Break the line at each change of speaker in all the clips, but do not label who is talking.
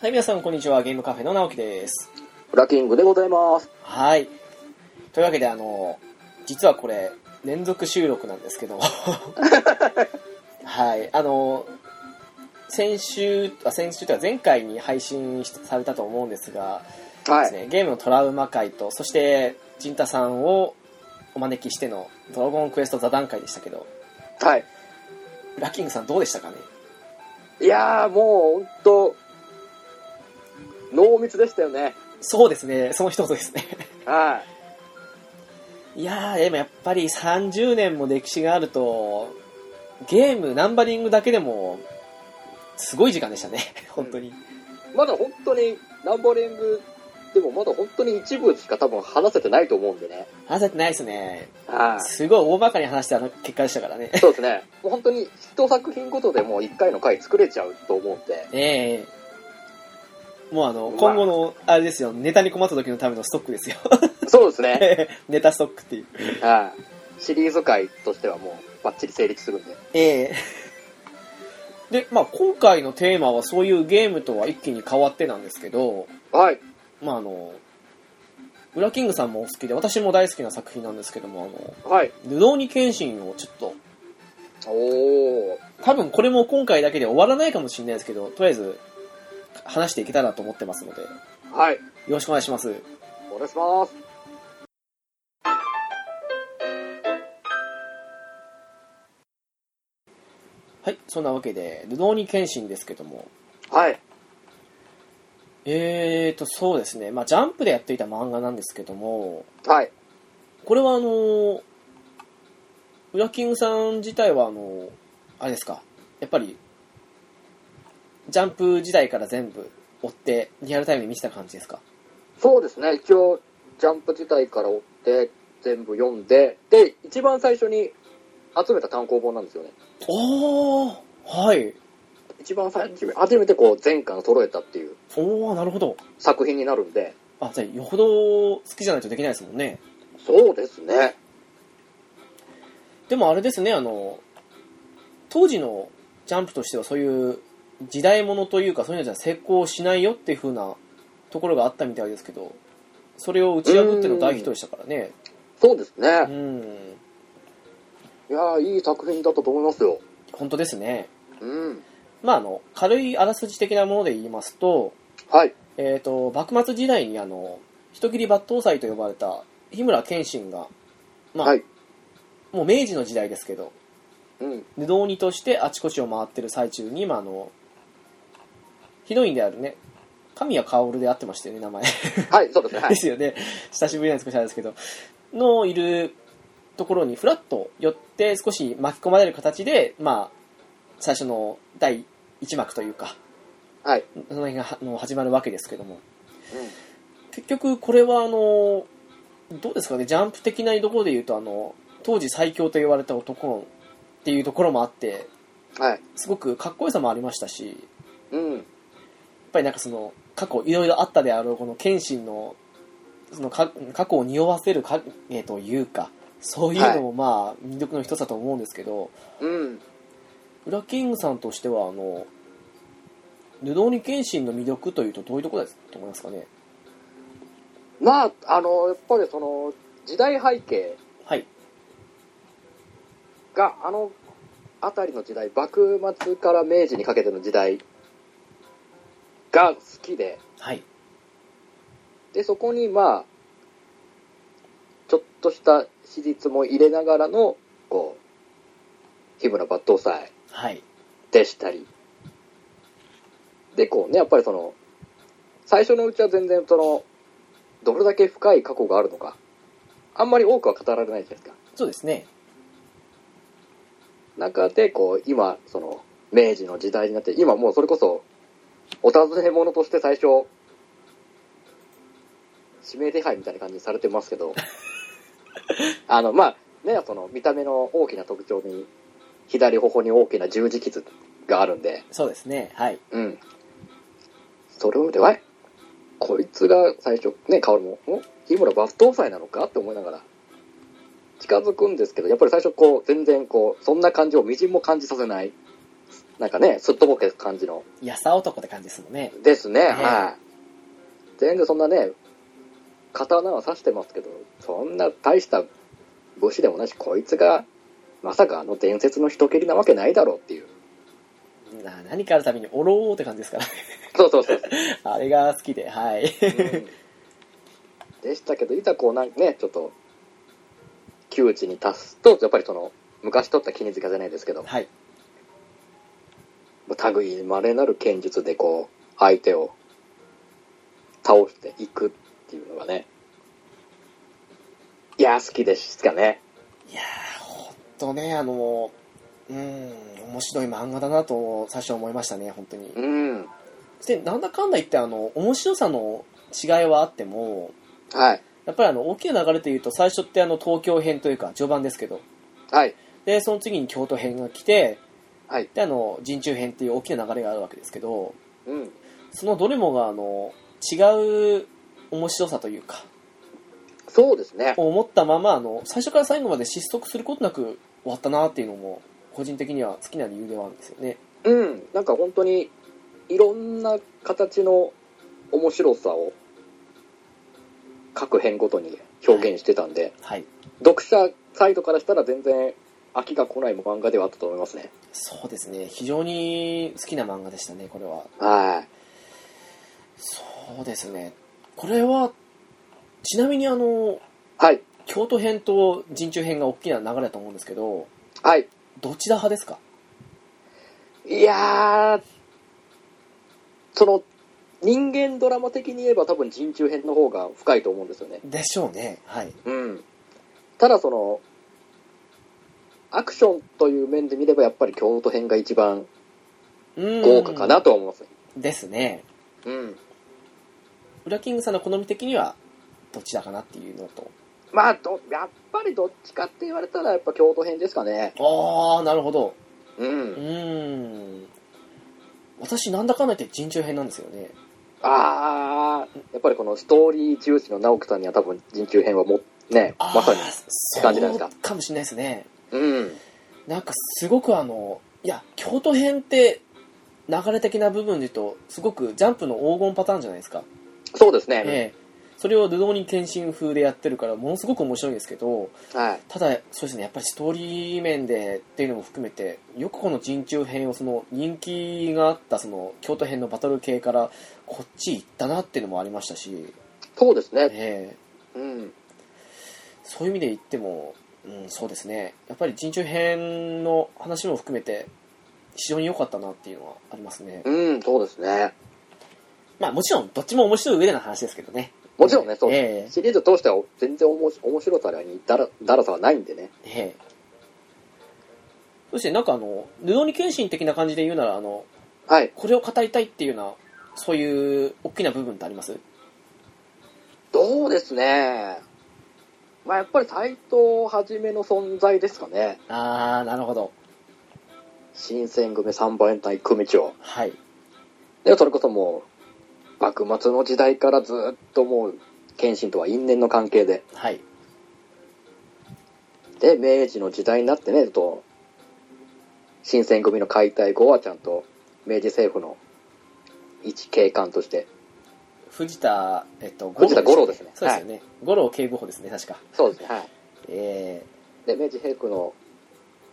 はい、皆さん、こんにちは。ゲームカフェの直樹です。
ラキングでございます。
はい。というわけで、あの、実はこれ、連続収録なんですけ ど、はい、あの、先週、あ先週というか前回に配信しされたと思うんですが、
は
です
い。
ね、ゲームのトラウマ会と、そして、陣太さんをお招きしてのドラゴンクエスト座談会でしたけど、
はい。
ラッキングさんどうでしたかね
いやー、もう、ほんと、濃密でしたよね。
そうですね、その一つですね。
はい
やー、でもやっぱり30年も歴史があると、ゲーム、ナンバリングだけでも、すごい時間でしたね、 本当に。
い。まだ本当に、ナンバリングでもまだ本当に一部しか多分話せてないと思うんでね。
話せてないですね。
は
すごい大バカに話したあの結果でしたからね。
い。そうですね。もう本当に一作品ごとでもう一回の回作れちゃうと思うんで。
ええもうあの、
まあ
今後の、あれですよ、ネタに困った時のためのストックですよ。
そうです ね。
ネタストックっていう。
はい。シリーズ回としてはもうバッチリ成立するんで。
ええで、まあ今回のテーマはそういうゲームとは一気に変わってなんですけど、
はい。
まああの、ウラキングさんもお好きで、私も大好きな作品なんですけども、あ
はい。
の、布鬼剣心をちょっと、
おー。
多分これも今回だけで終わらないかもしれないですけど、とりあえず、話していけたらと思ってますので、よ
はい。
ろしくお願いします。
お願いします。
はい、そんなわけで、布鬼剣心ですけども、
はい。
えーと、そうですね、まあジャンプでやっていた漫画なんですけども、
はい。
これはあのー、ウラキングさん自体はあのーあれですか、やっぱり、ジャンプ時代から全部追って、リアルタイムに見てた感じですか
そうですね、一応、ジャンプ自体から追って、全部読んで、で、一番最初に集めた単行本なんですよね。
おー、はい。
一番最初に、初めてこう、全巻揃えたっていう
おー、なるほど。
作品になるんで、
あ、じゃあ、よほど好きじゃないとできないですもんね。
そうですね。
でもあれですね、あの、当時のジャンプとしてはそういう時代ものというか、そういうのじゃ成功しないよっていう風なところがあったみたいですけど、それを打ち破っての大ヒットでしたからね。
そうです
う
ね。
ん。
いやーいい作品だったと思いますよ。
本当ですね。
うん。
まあ、あの、軽いあらすじ的なもので言いますと、
はい。
えっ、と、幕末時代にあの、人斬り抜刀斎と呼ばれた日村謙信が、まあ、
はい。
もう明治の時代ですけど、
うん。
布鬼としてあちこちを回ってる最中に、まあ、あの、ヒロインであるね、神谷薫であってましたよね、名前。
はい、そうですね。は
で
い。
すよね。久しぶりなんで少しあれですけど、のいるところにフラッと寄って少し巻き込まれる形で、まあ、最初の第1幕というか、
はい。
その辺がはあの始まるわけですけども、
うん
結局これはあの、どうですかね、ジャンプ的なところで言うと、あの、当時最強と言われた男っていうところもあって、
はい。
すごくかっこよさもありましたし、やっ
うん。
ぱりなんかその、過去いろいろあったであろう、この謙信の、そのか過去を匂わせる影というか、そういうのもまあ、魅力の一つだと思うんですけど、
うん。
ウラキングさんとしては、あの、布鬼謙信の魅力というとどういうところだと思いますかね
まあ、あの、やっぱりその、時代背景
はい。
があの辺りの時代幕末から明治にかけての時代が好きで
はい。
でそこにまあちょっとした史実も入れながらのこう日村抜刀斎
はい。
でしたりでこうねやっぱりその最初のうちは全然そのどれだけ深い過去があるのかあんまり多くは語られないじゃないですか
そうですね。
中でこう今その明治の時代になって今もうそれこそお尋ね者として最初指名手配みたいな感じにされてますけどあのまあねその見た目の大きな特徴に左頬に大きな十字傷があるんで
そうですね。はい。
うんそれを見て「わいこいつが最初ね薫もお日村抜刀斎なのか?」って思いながら近づくんですけどやっぱり最初こう全然こうそんな感じをみじんも感じさせないなんかね、すっとぼけた感じの。
安男って感じですもんね。
ですね、
え
はい。全然そんなね、刀は刺してますけど、そんな大した武士でもないし、こいつが、まさかあの伝説の人蹴りなわけないだろうっていう。
な何かあるたびにおろーって感じですから ね。
そうそうそう。
あれが好きで、はい。
うん でしたけど、いざこうなんかね、ちょっと、窮地に達すと、やっぱりその、昔取った絹塚じゃないですけど、
はい。
類まれなる剣術でこう、相手を倒していくっていうのがね、いやー、好きでしたね。
いやー、ほんとね、あの、うん、面白い漫画だなと最初は思いましたね、本当に。
うん。
で、なんだかんだ言って、あの、面白さの違いはあっても、
はい。
やっぱりあの、大きな流れというと、最初ってあの、東京編というか、序盤ですけど、
はい。
で、その次に京都編が来て、
はい。
で、あの、陣中編っていう大きな流れがあるわけですけど、
うん。
そのどれもが、あの、違う面白さというか、
そうですね。
思ったままあの最初から最後まで失速することなく終わったなっていうのも個人的には好きな理由ではあるんですよね
うん。なんか本当に、いろんな形の面白さを、各編ごとに表現してたんで、
はい
読者サイドからしたら全然飽きが来ない漫画ではあったと思いますね。
そうですね非常に好きな漫画でしたねこれは
はい。
そうですねこれはちなみにあの
はい。
京都編と陣中編が大きな流れだと思うんですけど
はい。
どちら派ですか
いやー、その、人間ドラマ的に言えば多分人中編の方が深いと思うんですよね。
でしょうねはい
うん。ただその、アクションという面で見ればやっぱり京都編が一番
うん
豪華かなとは思います。
ですね
うん。
ウラキングさんの好み的にはどちらかなっていうのと
まあ、ど、やっぱりどっちかって言われたらやっぱ京都編ですかね。
ああなるほど
う。
うんーん私なんだかんだ言って人中編なんですよね
あー、やっぱりこのストーリー重視の直樹さんには多分人中編はもう、ね、
あー
まさに。
そう
感じなんですか
もしれないですね
うん。
なんかすごくあのいや京都編って流れ的な部分で言うとすごくジャンプの黄金パターンじゃないですか、
そうですね。
ええそれをルドーニケンシン風でやってるからものすごく面白いんですけど
はい。
ただそうですねやっぱりストーリー面でっていうのも含めてよくこの人中編をその人気があったその京都編のバトル系からこっち行ったなっていうのもありましたし、
そうですね。
ええ
うん。
そういう意味で言っても、うん、そうですね、やっぱり人中編の話も含めて、非常に良かったなっていうのはありますね。
うん、そうですね。
まあもちろん、どっちも面白い上での話ですけどね。
もちろんね、そう、
ええ
シリーズ通しては全然おもし面白さにだらだらさはないんでね。
ええそしてなんかあの、布に謙信的な感じで言うなら、あの、
はい。
これを語りたいっていうような、そういう大きな部分ってあります
どうですね。まあやっぱり斎藤はじめの存在ですかね。
あー、なるほど。
新選組三番隊組長。
はい。
で、それこそもう、幕末の時代からずっともう、謙信とは因縁の関係で。
はい。
で、明治の時代になってね、ちょっと、新選組の解体後はちゃんと、明治政府の一警官として。
藤田、えっと、
藤田五郎ですね
そうですよね。五郎警部補ですね、確か。
そうですね。はい。
え
で、明治平君の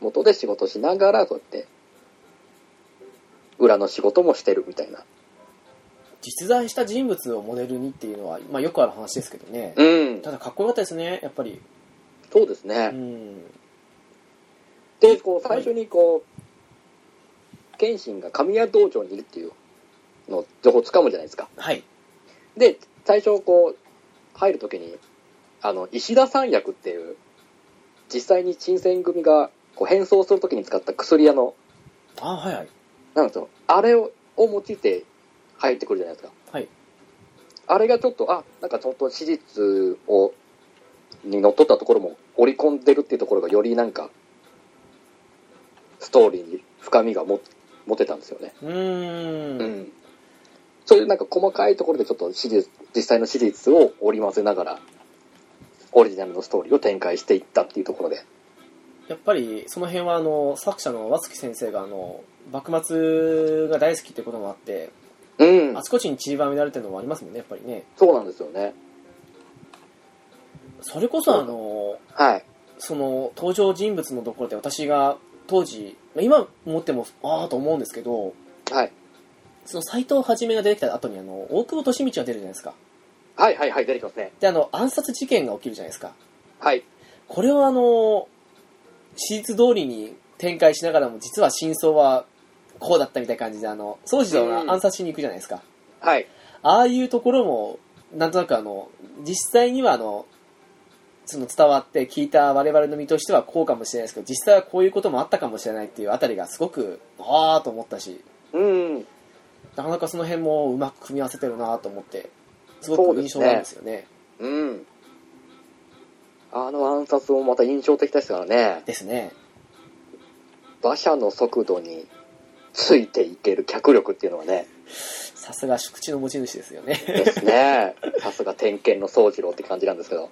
元で仕事しながら、そうやって、裏の仕事もしてるみたいな。
ー、実在した人物をモデルにっていうのは、まあよくある話ですけどね。
うん
ただかっこよかったですねやっぱり
そうです
う
ね。
ん
で、こう、最初にこう、謙信が神谷道場にいるっていうのを情報をつかむじゃないですか。
はい
で、最初こう、入るときに、あの、石田三役っていう、実際に新選組がこう変装するときに使った薬屋の、
あはいはい
なんですよ、あれをを用いて入ってくるじゃないですか。
はい
あれがちょっと、あ、なんかちょっと史実を、にのっとったところも織り込んでるっていうところがよりなんか、ストーリーに深みがも持てたんですよね。
うーん
うん。そういうなんか細かいところでちょっと史実、実際の史実を織り交ぜながら、オリジナルのストーリーを展開していったっていうところで、
やっぱりその辺はあの作者の和月先生があの幕末が大好きってこともあって
うん
あちこちに散りばめられてるのもありますもんねやっぱりね
そうなんですよね
それこそあの
はい
その登場人物のところで私が当時まあ今思ってもああと思うんですけど
はい
その斎藤はじめが出てきた後にあの大久保利通が出るじゃないですか
はいはいはい出てきますね
であの暗殺事件が起きるじゃないですか
はい
これはあの史実通りに展開しながらも実は真相はこうだったみたいな感じであの宗次郎が暗殺しに行くじゃないですか、
はい
ああいうところもなんとなくあの実際にはあのその伝わって聞いた我々の身としてはこうかもしれないですけど実際はこういうこともあったかもしれないっていうあたりがすごくああと思ったし
うん
なかなかその辺もうまく組み合わせてるなと思ってすごく印象なんですよね
うんあの暗殺もまた印象的ですからね
ですね
馬車の速度についていける脚力っていうのはね
さすが宿地の持ち主ですよね
で すねさすが点検の宗次郎って感じなんですけど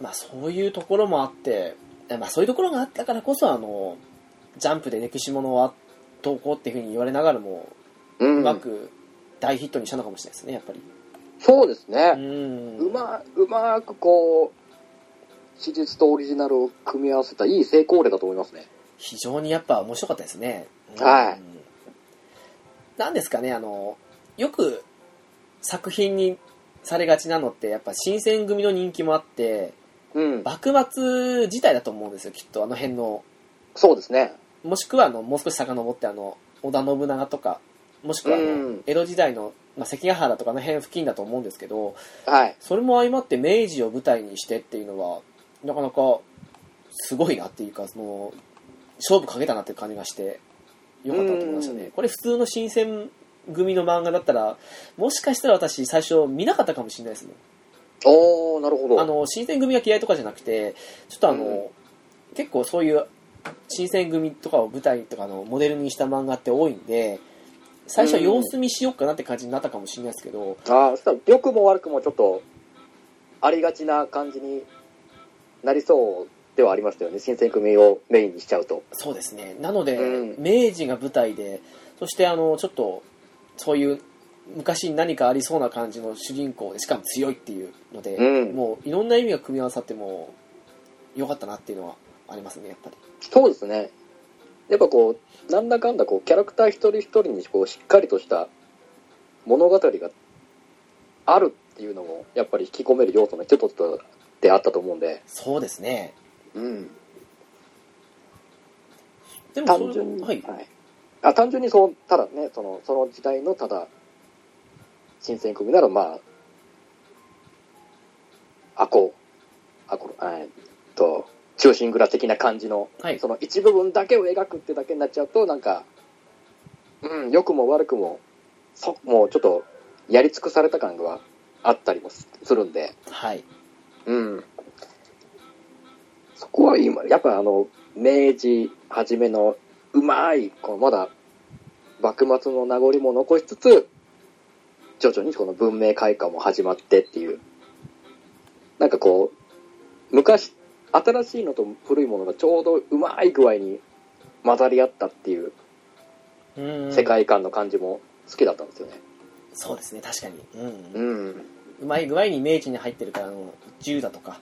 まあそういうところもあって、まあそういうところがあったからこそ、あの、ジャンプで歴史ものは投稿っていうふうに言われながらも、
う
うんまく大ヒットにしたのかもしれないですね、やっぱり。
そうです
う
ね、
ん。
うまうまくこう史実とオリジナルを組み合わせたいい成功例だと思いますね
非常にやっぱ面白かったですね。
はい
うん。なんですかね、あの、よく作品にされがちなのって、やっぱ新選組の人気もあって、
うん
幕末自体だと思うんですよ、きっと、あの辺の
そうですね
もしくはあのもう少し遡ってあの織田信長とかもしくはあの、
うん
江戸時代の、まあ、関ヶ原とかあの辺付近だと思うんですけど
はい
それも相まって明治を舞台にしてっていうのはなかなかすごいなっていうかその勝負かけたなっていう感じがしてよかったと思いましたね、
うん
これ普通の新選組の漫画だったらもしかしたら私最初見なかったかもしれないですもん
おーなるほど
あの新選組が嫌いとかじゃなくてちょっとあの、結構そういう新選組とかを舞台とかのモデルにした漫画って多いんで最初は様子見しようかなって感じになったかもしれないですけど、
ああそしたら良くも悪くもちょっとありがちな感じになりそうではありましたよね新選組をメインにしちゃうと
そうですねなので、
うん
明治が舞台でそしてあのちょっとそういう昔に何かありそうな感じの主人公でしかも強いっていうので、
うん
もういろんな意味が組み合わさっても良かったなっていうのはありますねやっぱり
そうですねやっぱこうなんだかんだこうキャラクター一人一人にこうしっかりとした物語があるっていうのもやっぱり引き込める要素の一つであったと思うんで、
そうですね
うん、
でも
単
それ
純に、
もはい
あ単純にそうただねそのその時代のただ新選組ならまあアコアコえーっと中心蔵的な感じの
はい
その一部分だけを描くってだけになっちゃうとなんかうん良くも悪くもそもうちょっとやり尽くされた感があったりもすするんで
はい
うんそこは今やっぱあの明治初めのうまいこのまだ幕末の名残も残しつつ徐々にこの文明開化も始まってっていうなんかこう昔新しいのと古いものがちょうどうまい具合に混ざり合ったっていう
うん
世界観の感じも好きだったんですよね
そうですね確かに、うんう
うん
まい具合に明治に入ってるからあの銃だとか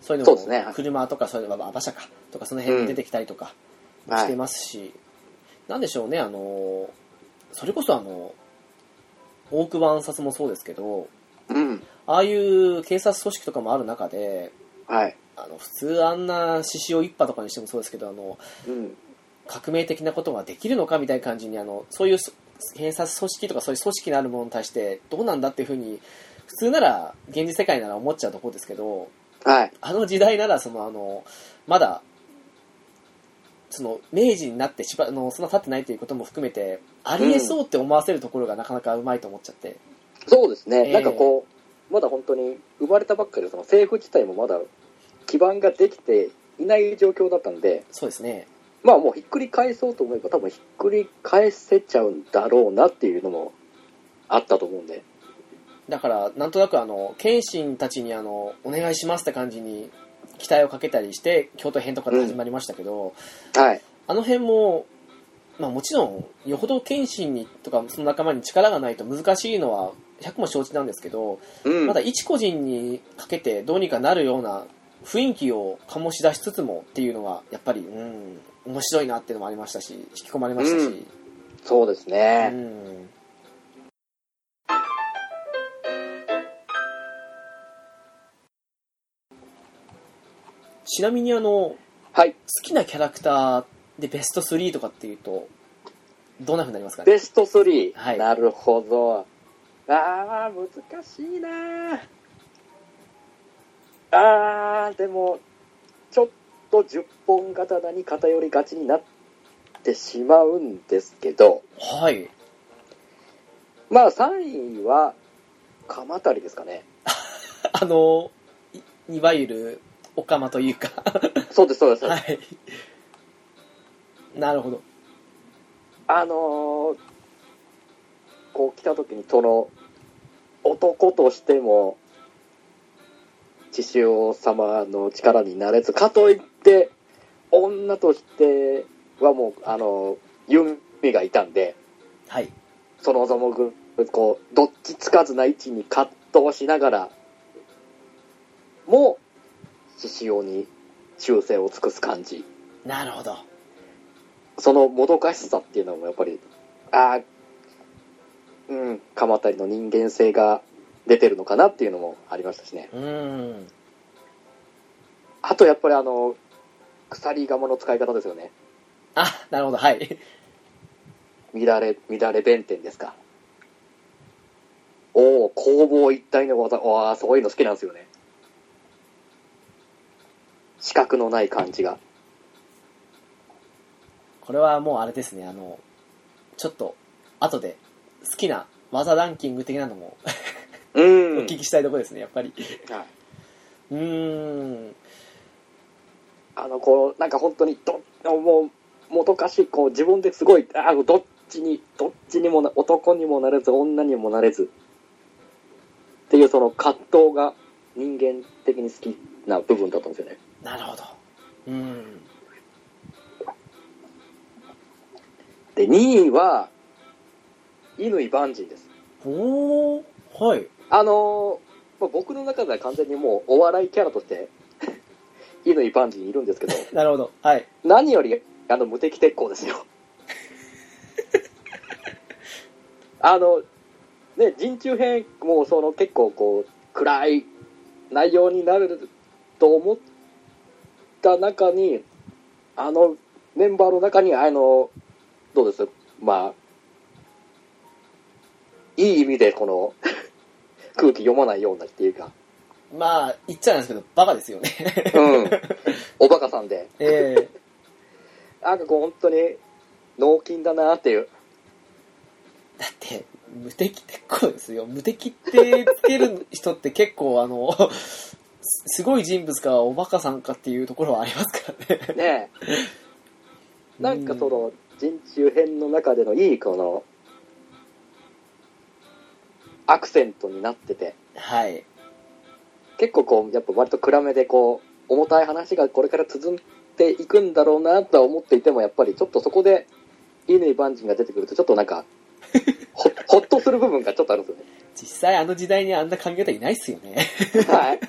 そういうの
そう
も
ですね
車とかそういうのは馬車かとかその辺に出てきたりとか
うんはい
してますし、なんでしょうねあのそれこそあの大久保暗殺もそうですけど
うん
ああいう警察組織とかもある中で
はい
あの普通あんな獅子王一派とかにしてもそうですけどあの
うん
革命的なことができるのかみたいな感じにあのそういうそ警察組織とかそういう組織のあるものに対してどうなんだっていうふうに普通なら現実世界なら思っちゃうところですけど
はい
あの時代ならそのあのまだその明治になってしばあのそんな経ってないということも含めてありえそうって思わせるところがなかなかうまいと思っちゃって、
そうですね、
ええ
なんかこうまだ本当に生まれたばっかりでその政府自体もまだ基盤ができていない状況だったんで
そうですね
まあもうひっくり返そうと思えば多分ひっくり返せちゃうんだろうなっていうのもあったと思うんで
だからなんとなくあの謙信たちにあのお願いしますって感じに期待をかけたりして京都編とかで始まりましたけど、
はい。
あの辺も、まあ、もちろんよほど謙信にとかその仲間に力がないと難しいのは100も承知なんですけど、
うん。
まだ一個人にかけてどうにかなるような雰囲気を醸し出しつつもっていうのがやっぱりうん面白いなっていうのもありましたし引き込まれましたし、
そうです
う
ね。
ん、ちなみにあの
はい。
好きなキャラクターでベスト3とかっていうとどんなふうになりますかね
ベスト3。
はい
なるほど。ああ、難しいなーああ、でも、ちょっと10本刀に偏りがちになってしまうんですけど、
はい
まあ3位は、鎌足りです かね。
あのいいわゆるオカマと いうか
そうです、そうです。
はいなるほど
あのーこう来た時にその男としても父親様の力になれずかといって女としてはもうあのー弓がいたんで
はい
そのぞもぐこうどっちつかずな位置に葛藤しながらも獅子王に忠誠を尽くす感じ
なるほど
そのもどかしさっていうのもやっぱりああうん鎌足りの人間性が出てるのかなっていうのもありましたしね
うーん
あとやっぱりあの鎖釜の使い方ですよね
あなるほどはい
乱れ乱れ弁天ですかおお攻防一体の技ああそういうの好きなんですよね資格のない感じが
これはもうあれですねあのちょっと後で好きな技ランキング的なのも
う ん
お聞きしたいとこですねやっぱり
はいう
ーん
あの、こう、なんか本当にど、もう、もどかしい、こう、自分ですごい、あどっちに、どっちにもな、男にもなれず、女にもなれず、っていうその葛藤が人間的に好きな部分だったんですよね。
なるほどうーん
で、2位は、乾万人です。
おーはい
あのーまあ、僕の中では完全にもうお笑いキャラとして、乾万人いるんですけど、
なるほどはい
何より、あの、無敵鉄鋼ですよ。あの、ね、人中編、もうその結構こう、暗い内容になると思った中に、あのメンバーの中に、あの、どうですまあ、いい意味でこの、空気読まないようなっていうか、
まあ言っちゃなんですけどバカですよね
うん、おバカさんで。
ええ
なんかこう本当に、脳筋だなっていう。
だって無敵ってこうですよ無敵ってつける人って結構あのす すごい人物かおバカさんかっていうところはありますからね
ねえなんかその人中編の中でのいいこのアクセントになってて
はい
結構こうやっぱ割と暗めでこう重たい話がこれから続いていくんだろうなとは思っていてもやっぱりちょっとそこで乾万人が出てくるとちょっとなんかほほっとする部分がちょっとあるんで
実際あの時代にあんな考え方いないっすよね
すよねはい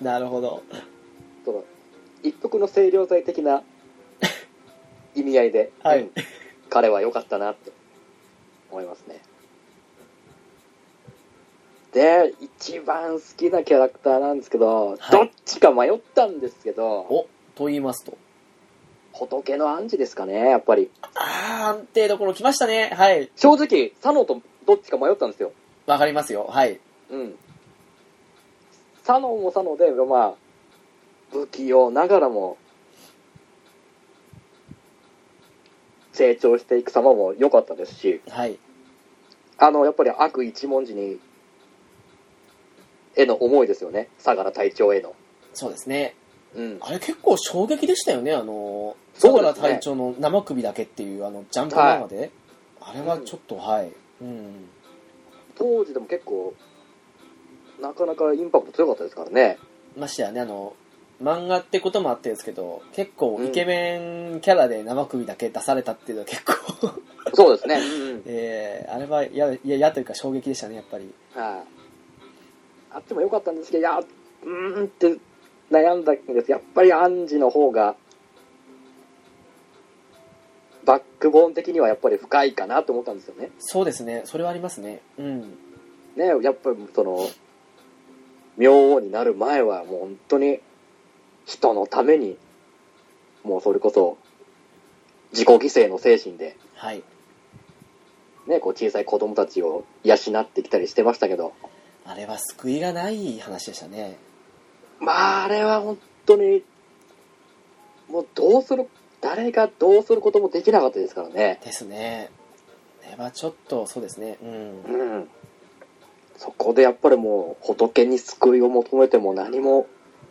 なるほど
その一服の清涼剤的な意味合いで、
はい
うん彼は良かったなって思いますねで一番好きなキャラクターなんですけど、
はい
どっちか迷ったんですけど
おと言いますと
仏の暗示ですかねやっぱり
あー安定どころ来ましたねはい
正直佐野とどっちか迷ったんですよ
わかりますよはい
うん佐野も佐野でまあ不器用ながらも成長していく様も良かったですし
はい
あのやっぱり悪一文字にへの思いですよね相良隊長への
そうですね
うん
あれ結構衝撃でしたよねあの
そう
相
で
良
すね
隊長の生首だけっていうあのジャンプの中で、あれはちょっとはいうん
当時でも結構なかなかインパクト強かったですからね。
ましてやねあの漫画ってこともあってですけど結構イケメンキャラで生首だけ出されたっていうのは結 構
そうですね。
えーあれは嫌いや嫌というか衝撃でしたねやっぱり
はい。あってもよかったんですけど、いや、うーんって悩んだんです。やっぱりアンジの方が、バックボーン的にはやっぱり深いかなと思ったんですよね。
そうですねそれはありますねうん
ね、やっぱりその、明王になる前はもう本当に、人のために、もうそれこそ、自己犠牲の精神で、
はい
ね、こう小さい子供たちを養ってきたりしてましたけど、
あれは救いがない話でしたね
まあ、あれは本当に、もうどうする、誰がどうすることもできなかったですからね。
ですねあれはちょっとそうですねうん
うん。そこでやっぱりもう仏に救いを求めても何も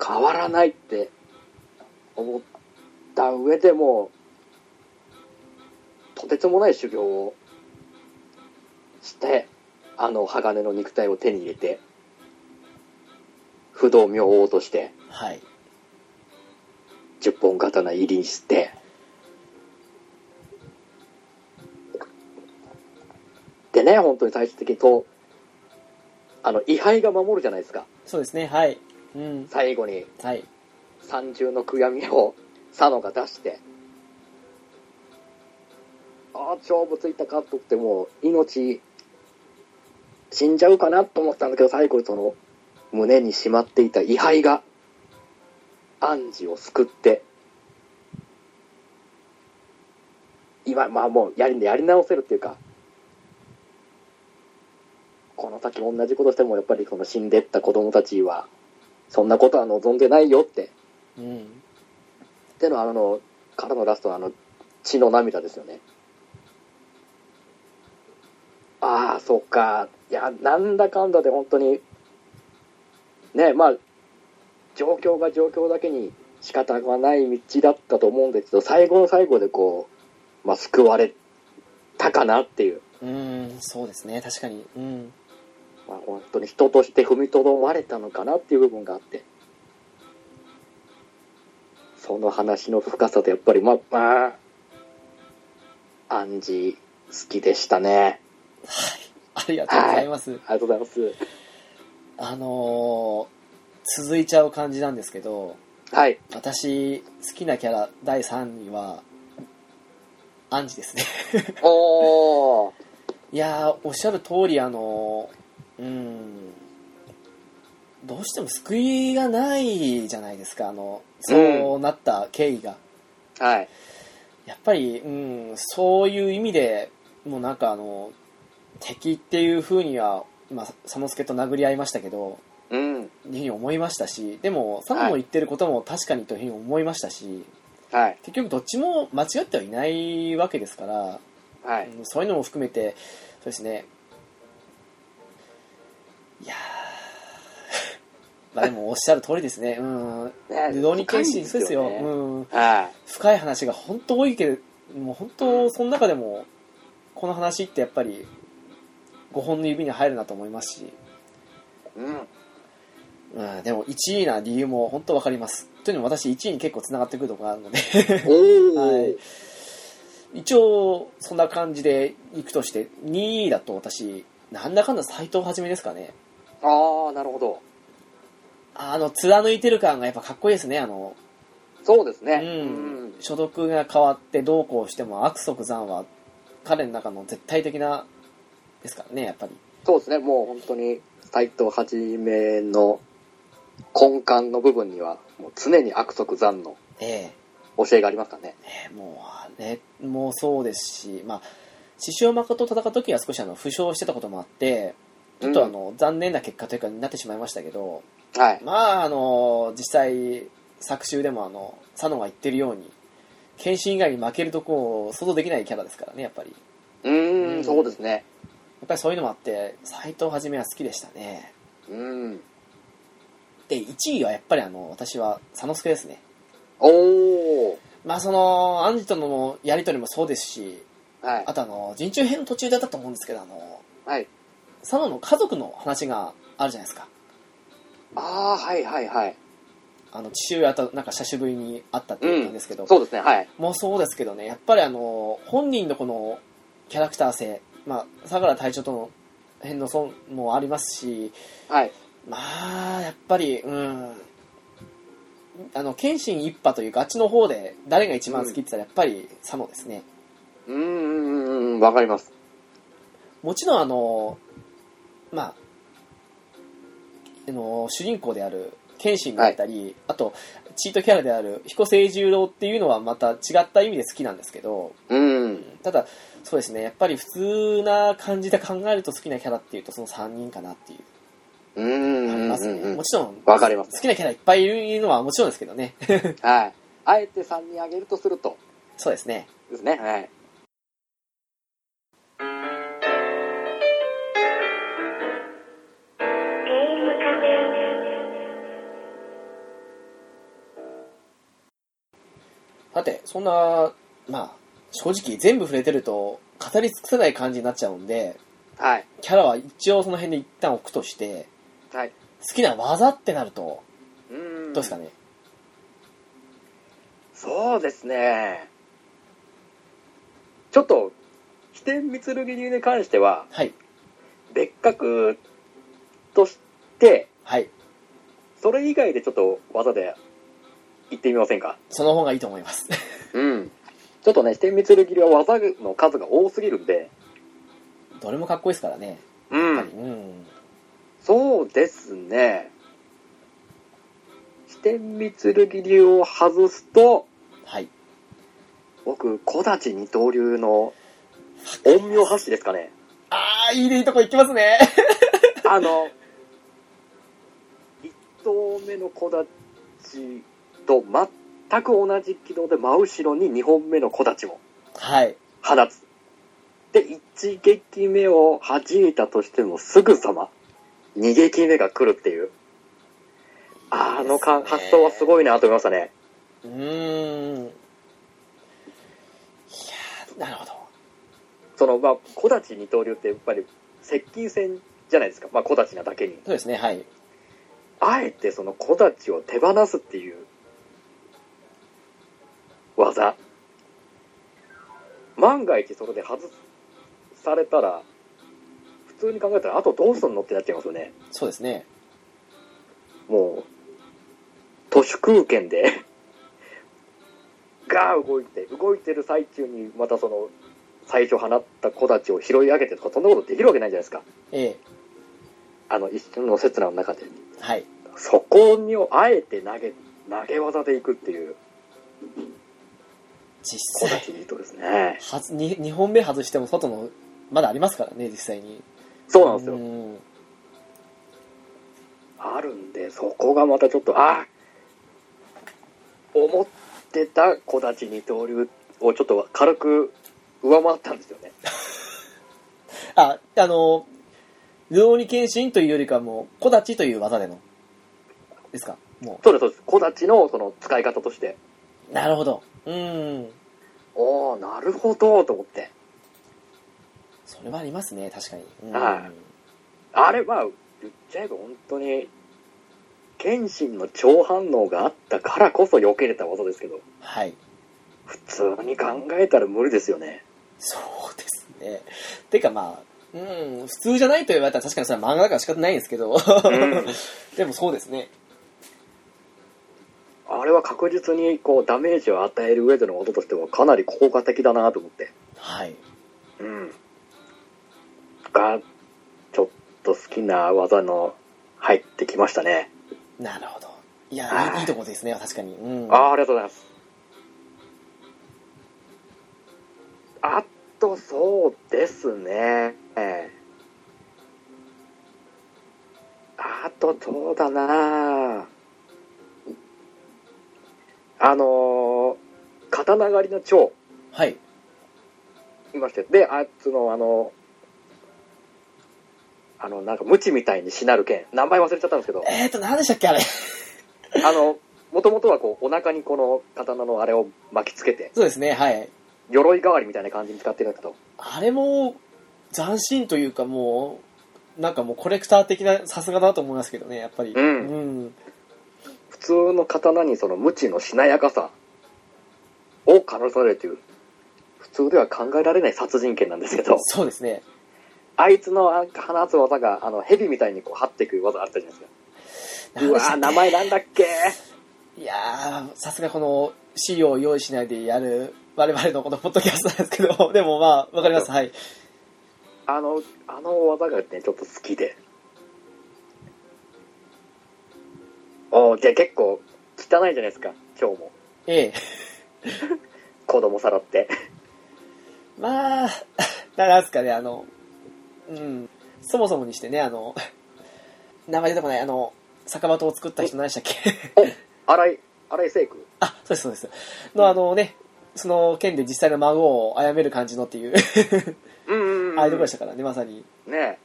変わらないって思った上でもう、とてつもない修行をして、あの鋼の肉体を手に入れて、不動明王として、
はい
10本刀入りにして、でね、本当に最終的にこう、あの、位牌が守るじゃないですか。
そうですねはいうん
最後に
はい
三重の悔やみを佐野が出して、ああ、勝負ついたかと思って、もう命、死んじゃうかなと思ってたんだけど、最後にその、胸にしまっていた位牌が、暗示を救って、今、まあもうやり、やり直せるっていうか、この先同じことしても、やっぱりその死んでった子供たちは、そんなことは望んでないよって、
うん
ってのはあのからのラストのあの血の涙ですよねああそっかいやなんだかんだで本当にねまあ状況が状況だけに仕方がない道だったと思うんですけど最後の最後でこう、まあ、救われたかなっていう、
うんそうですね確かにうん
まあ、本当に人として踏みとどまれたのかなっていう部分があってその話の深さとやっぱりまあまあ暗示好きでしたね
ありがとうございます
ありがとうございま
あのー続いちゃう感じなんですけど
すはい
私好きなキャラ第3位はアンジです ね
おお
いやーおっしゃる通りあのーうんどうしても救いがないじゃないですかあのそうなった経緯が、
はい
やっぱり、うん、そういう意味でもうなんかあの敵っていう風には、まあ、佐之助と殴り合いましたけど
うん
いうふうに思いましたしでも佐野の言ってることも確かにというふうに思いましたし、
はい
結局どっちも間違ってはいないわけですから、
はい
うんそういうのも含めてそうですねいやー まあでもおっしゃる通りですねうん
ね
ルドニケン
深い
シ
ん
そうですよ、
ね
うん、
は
深い話が本当多いけどもう本当その中でもこの話ってやっぱり5本の指に入るなと思いますし、
いうん
うん、でも1位な理由も本当わかりますというのも私1位に結構つながってくるところがあるので
おお、
はい 一応そんな感じでいくとして2位だと私なんだかんだ斎藤はじめですかね
ああなるほど
あの貫いてる感がやっぱかっこいいですねあの、
そうですね
うん所属が変わってどうこうしても悪徳残は彼の中の絶対的なですからねやっぱり
そうですね、もう本当に斎藤はじめの根幹の部分には、もう常に悪徳残の
え
教えがありますからね
え。ええもうあれもそうですしまあ獅子王誠と戦う時は少しあの負傷してたこともあってちょっとあの、残念な結果というかになってしまいましたけど、
はい。
まああの実際作中でもあの佐野が言ってるように謙信以外に負けるとこを想像できないキャラですからねやっぱりや
うー、
うんん
そうですね。
っぱりそういうのもあって斎藤はじめは好きでしたね
うん。
で1位はやっぱりあの私は佐野助ですね
おー。
まあそのアンジとのやり取りもそうですし
はい
あ。とあの人中編の途中だったと思うんですけどあの
はい。
佐野の家族の話があるじゃないですか
ああ、はいはいはい。
あの父親となんか久しぶりに会ったって言ったんですけど、
そうですね、はい。
もうそうですけどねやっぱりあの本人のこのキャラクター性まあ相良隊長との辺の損もありますし
はい。
まあやっぱりうんあの謙信一派というかあっちの方で誰が一番好きって言ったらやっぱり佐野ですね、
うんうんうんうん、わかります。
もちろんあのまああの主人公である謙信だったり、あとチートキャラである彦星十郎っていうのはまた違った意味で好きなんですけど
うん。
ただそうですねやっぱり普通な感じで考えると好きなキャラっていうとその3人かなっていう
うんうん
あり
うん
ますね、
うん
も。ちろん
わかります
好きなキャラいっぱいいるのはもちろんですけどね
はい。あえて3人あげるとすると、
そうですね
ですね。はい。
さてそんなまあ正直全部触れてると語り尽くせない感じになっちゃうんで
はい。
キャラは一応その辺で一旦置くとして
はい。
好きな技ってなると
うん。
どうですかね、
そうですね。ちょっと、飛天三剣流に関しては、
はい
別格として、
はい
それ以外でちょっと技で行ってみませんか。
その方がいいと思います
うん。ちょっとね、飛天三剣流は技の数が多すぎるんで、
どれもかっこいいですからね
う
やっぱりうん
そうですね。四天三剣流を外すと、
はい
僕、小立ち二刀流の陰陽発しですかね。
ああいいでいいとこ行きますね
あの、一刀目の小立ちと全く同じ軌道で真後ろに二本目の小立ちも
はい
放つ。で、一撃目を弾いたとしてもすぐさま二撃目が来るっていう。あのか
いいですね
発想はすごいなと思いましたね。
うーんいやーなるほど
そのまあ小立ち二刀流ってやっぱり接近戦じゃないですか、まあ、小立ちなだけに
そうですねはい
あえてその小立ちを手放すっていう技万が一それで外されたら普通に考えたらあとどうすんのってなっちゃいますよね
そうですね
もう都市空間で が動いて動いてる最中にまたその最初放った小立ちを拾い上げてとかそんなことできるわけないじゃないですか
ええ
あの一瞬の刹那の中で
はい
そこにをあえて投げ投げ技でいくっていう
実
小
際
立ちとですね
はず 2, 2本目外しても外のまだありますからね実際に
そうなんですよ
ん
あるんでそこがまたちょっとあ思ってた小立ち二刀流をちょっと軽く上回ったんですよね
ああのルオニ謙信というよりかも小立ちという技でのですかも
そうですそうです小立ちのその使い方として
うなるほどうん
おおなるほどと思って
それはありますね確かに、うん
はいあれは言っちゃえば本当に謙信の超反応があったからこそ避けれた技ですけど
はい
普通に考えたら無理ですよね
そうですねてかまあうん普通じゃないと言われたら確かにそれは漫画だから仕方ないんですけど、
ん
でもそうですね
あれは確実にこうダメージを与える上での音としてはかなり効果的だなと思って。
はい
うん。が、ちょっと好きな技の入ってきましたね。
なるほどい
は
や
い
いいいいとこですね確かに、うん、
ああ、ありがとうございます。あと、そうですね。ええあと、どうだなあのー刀狩りの蝶。
はい
いましたよで、あいつの、あの、あの、なんか、無知みたいにしなる剣。名前忘れちゃったんですけ ど、
えーと何でしたっけあれ
あの、もともとはこう、お腹にこの刀のあれを巻きつけて、
そうですねはい
鎧代わりみたいな感じに使ってるんだけど、
あれも斬新というかもうなんかもうコレクター的なさすがだと思いますけどねやっぱり
うん
うん
普通の刀にその無知のしなやかさを彼されてる普通では考えられない殺人剣なんですけ ど
そうですね
あいつのなんか放つ技があの蛇みたいにこう張っていく技あったじゃ ないですかうわー名前なんだっけ
いやーさすがこの資料を用意しないでやる 我々のこのポッドキャストなんですけど でもまあわかりますはい
あのあの技がねちょっと好きでおおじゃあ結構汚いじゃないですか今日も
ええ
子供さらって
まあ なんですかねあのうんそもそもにしてねあの 名前出てこないあの酒場刀を作った人何でしたっけ
荒井荒井聖君
あ、そうです、そうです。の、あのね、その件で実際の孫を殺める感じのっていう、
うんう ん、
ああいうところでしたからね、まさに。
たね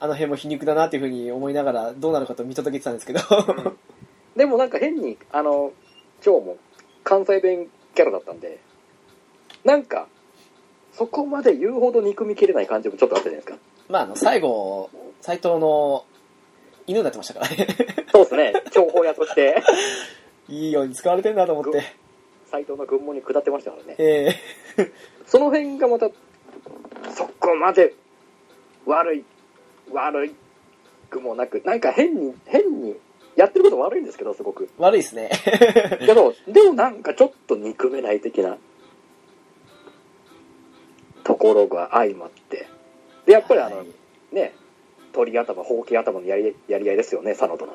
あの辺も皮肉だなっていうふうに思いながら、どうなるかと見届けてたんですけど。
でもなんか変にあの今日も関西弁キャラだったんでなんかそこまで言うほど憎みきれない感じもちょっとあったじゃない ですか
まあ、あの、最後、斎藤の犬になってましたからね。
そうですね情報屋として
いいように使われてんなと思って。
斎藤の軍門に下ってましたからね
ええ
その辺がまたそこまで悪い悪いくもなくなんか変に変にやってること悪いんですけどすご く
悪いですね。
けどでもなんかちょっと憎めない的なところが相まってでやっぱりあの、
はい
ね鳥頭ほうき頭のやりやり合いですよね佐野 との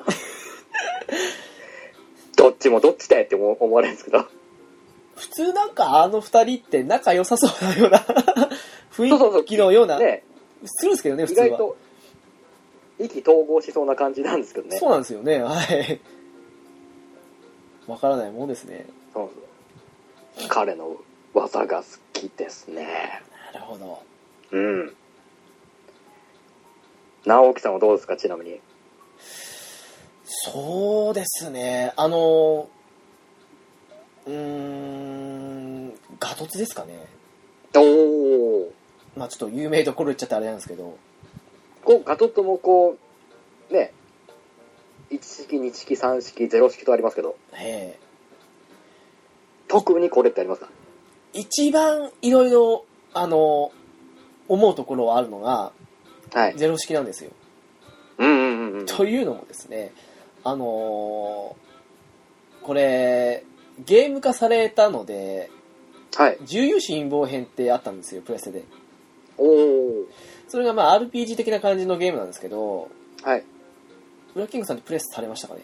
どっちもどっちだよって思思われるんですけ ど
普通なんかあの二人って仲良さそうなよう な雰囲気のような、
ね
するんですけどね、普
意
通は。
外と意気投合しそうな感じなんですけどね
そうなんですよね、はい。わからないもんですね。
そうそう彼の技が好きですね
なるほど。
うん直樹さんはどうですかちなみに
そうですね、あの、うーん、ガトツですかね。
おお
まあちょっと有名どころ言っちゃってあれなんですけど、
こうガトットもこうね1式2式3式0式とありますけど
え
特にこれってありますか
え一番いろいろ、あの、思うところはあるのが、
はい
ゼロ式なんですよ。
うんうんうんうん
というのもですね、あのこれ、ゲーム化されたので、
はい
重油死陰謀編ってあったんですよ、プレステで。
おお
それがまあ RPG 的な感じのゲームなんですけど、
はい
ブラッキングさんってプレスされましたかね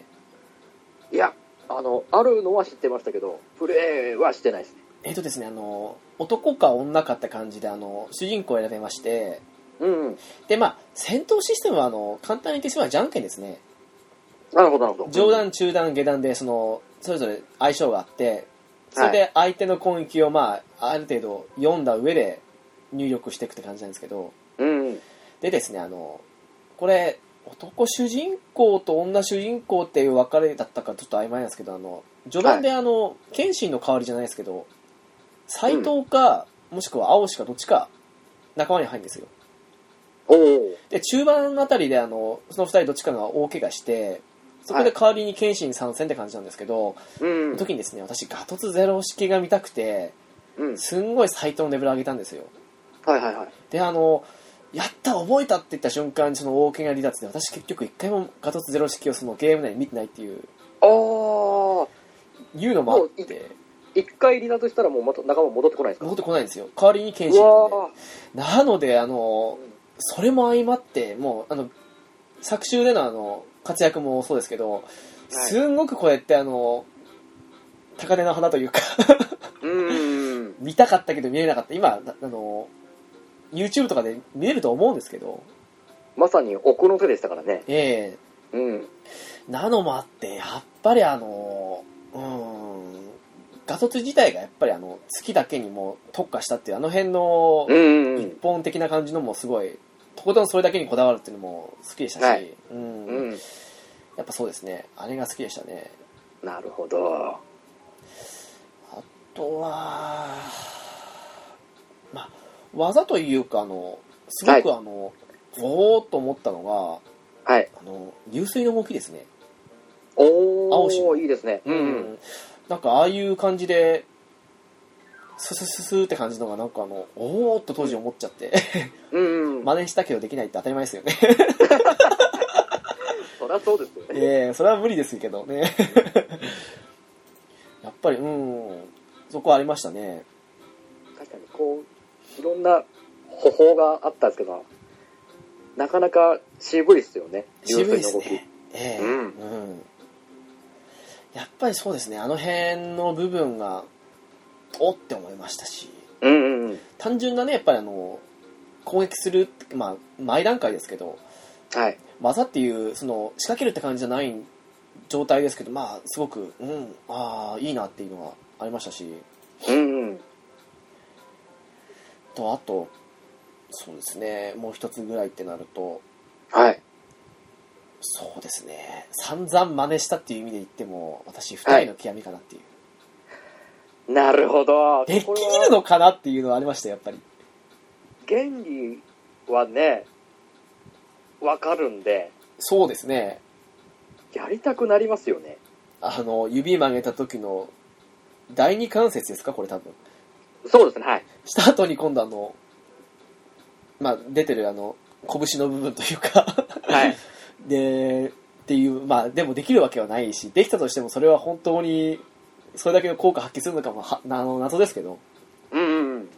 いやあのあるのは知ってましたけどプレイはしてないですね
えっ、とですね、あの、男か女かって感じで、あの、主人公を選べまして、
うんうん
で、まあ、戦闘システムは、あの、簡単に言ってしまうじゃんけんですね。
なるほどなるほど
上段、中段、下段で、その、それぞれ相性があって、それで相手の攻撃を、まあ、ある程度読んだ上で入力していくって感じなんですけど、
うん
でですね、あの、これ、男主人公と女主人公っていう別れだったかちょっと曖昧なんですけど、あの、序盤であの、謙信の代わりじゃないですけど、斎藤か、もしくは青しかどっちか仲間に入るんですよ。
おお
で、中盤あたりであの、その二人どっちかが大怪我して、そこで代わりに謙信参戦って感じなんですけど、
うん
時にですね、私ガトツゼロ式が見たくて、
うん
すんごい斎藤のレベル上げたんですよ。
はいはいはい
であのやった覚えたって言った瞬間にその大怪我離脱で私結局一回もガトツゼロ式をそのゲーム内に見てないっていう
ああ
いうのもあっ
もうい
て
一回離脱したらもうまた仲間戻ってこないですか
戻ってこないんですよ代わりに剣
う
心
わ
なんでなのであのそれも相まってもうあの作中でのあの活躍もそうですけどすんごくこうやってあの高嶺の花というか
ーうん
見たかったけど見れなかった今あの YouTube とかで見れると思うんですけど
まさに奥の手でしたからね
ええ
うん
なのもあって、やっぱりあの、うーん、ガトツ自体がやっぱりあの、月だけにもう特化したっていう、あの辺の
うんうんうん
一本的な感じのもすごい、とことんそれだけにこだわるっていうのも好きでしたし、
はい
うん、
うん
やっぱそうですね、あれが好きでしたね。
なるほど
あとは、まあ、技というか、あの、すごくあの、おおと思ったのが、
はい。
あの、流水の動きですね。
お
青
ー、
白
いいですね。うんうん。
なんかああいう感じで、ススススーって感じのがなんかあの、おおっと当時思っちゃって、
うんうん。
真似したけどできないって当たり前ですよね。
そりゃそうですよね。
ええそれは無理ですけどね。 やっぱり、うん、そこはありましたね。
確かに、こう、いろんな方法があったんですけど、なかなか渋いですよね。
渋い
流
で
水
す
の動き
ね。ええ
うん
うんやっぱりそうですね、あの辺の部分が、おって思いましたし、
うんうんうん。
単純なね、やっぱりあの、攻撃するって、まあ、前段階ですけど、
はい。
技っていう、その、仕掛けるって感じじゃない状態ですけど、まあ、すごく、うん、ああ、いいなっていうのがありましたし、
うんうん。
と、あと、そうですね、もう一つぐらいってなると、
はい。
そうですね、散々真似したっていう意味で言っても、私、二人の極みかなっていう。
なるほど。
でき
これ
る
は
のかなっていうのはありました、やっぱり。
原理はね、わかるんで、
そうですね。
やりたくなりますよね。
あの、指曲げた時の、第二関節ですかこれ多分。
そうですね、はい。
した後に今度あの、まあ、出てるあの、拳の部分というか、
はい。
で、っていう、まあ、でもできるわけはないし、できたとしてもそれは本当に、それだけの効果発揮するのかもは、あの、謎ですけど、
うんうんうん。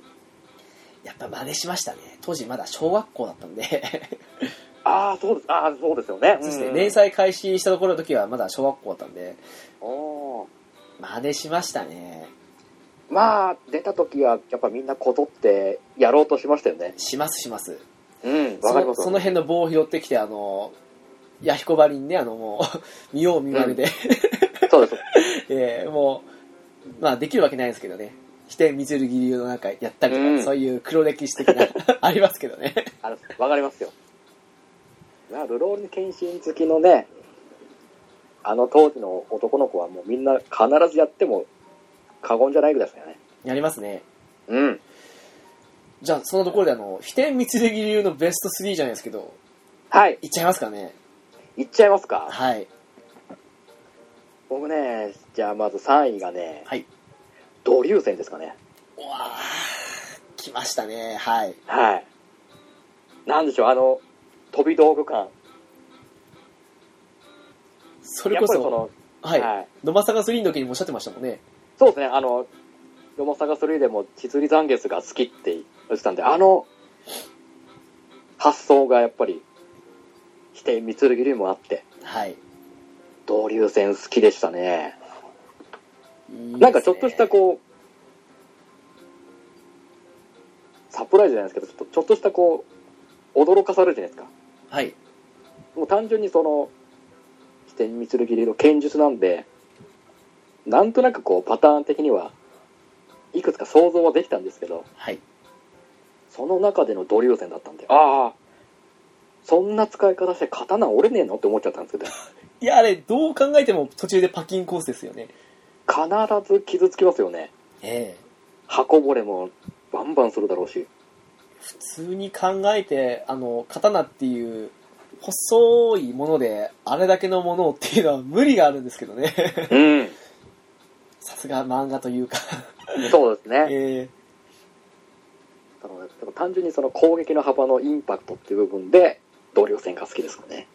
やっぱ真似しましたね。当時まだ小学校だったんで、
ああ、そうです。ああ、そうですよね。
そし
う
て
ん
連載開始したところの時はまだ小学校だったんで、
おー
真似しましたね。
まあ、出た時は、やっぱみんなこぞってやろうとしましたよね。
しますします。
うん、わ
そ
かりま
の
す。
その辺の棒を拾ってきて、あの、ヤヒコバリにね、あの、もう、見よう見まねで、
そうです。
えーもう、まあ、できるわけないですけどね。飛天水流流のなんかやったりとか、
うん
そういう黒歴史的な、ありますけど ね。
あのわかりますよ。まあ、ルローリン検診好きのね、あの当時の男の子はもうみんな必ずやっても過言じゃないぐらいですよね。
やりますね。
うん。
じゃあ、そのところで、あの、飛天水流流のベスト3じゃないですけど、
はい、
いっちゃいますかね。
いっちゃいますか。
はい。
僕ね、じゃあまず3位がね、
はい。
ドリューセンですかね。
うわー、来ましたね。はい。
はい。なんでしょう、あの、飛び道具感。
それ
やっ
こ
ぱ
そ、
りその、
はい。
はい
野間坂3の時にもおっしゃってましたもんね。
そうですね、あの、ロモサガ3でも、チズリザンゲスが好きって言ってたんで、あの、発想がやっぱり、否定、三剣にもあって、
はい。
同流戦好きでしたね。
いいですね
なんかちょっとしたこう、サプライズじゃないですけど、ちょっとちょっとしたこう、驚かされるじゃないですか。
はい。
もう単純にその、否定、三剣の剣術なんで、なんとなくこう、パターン的には、いくつか想像はできたんですけど、
はい。
その中でのドリュー戦だったんで、ああ、そんな使い方して刀折れねえのって思っちゃったんですけど、
いや、あれ、どう考えても途中でパキンコースですよね。
必ず傷つきますよね。
ええ。
刃こぼれもバンバンするだろうし。
普通に考えて、あの、刀っていう、細いもので、あれだけのものをっていうのは無理があるんですけどね。
うん。
さすが漫画というか、
そうですね。
ええ。
あのでも単純にその攻撃の幅のインパクトっていう部分で、ドリュー戦が好きですかね。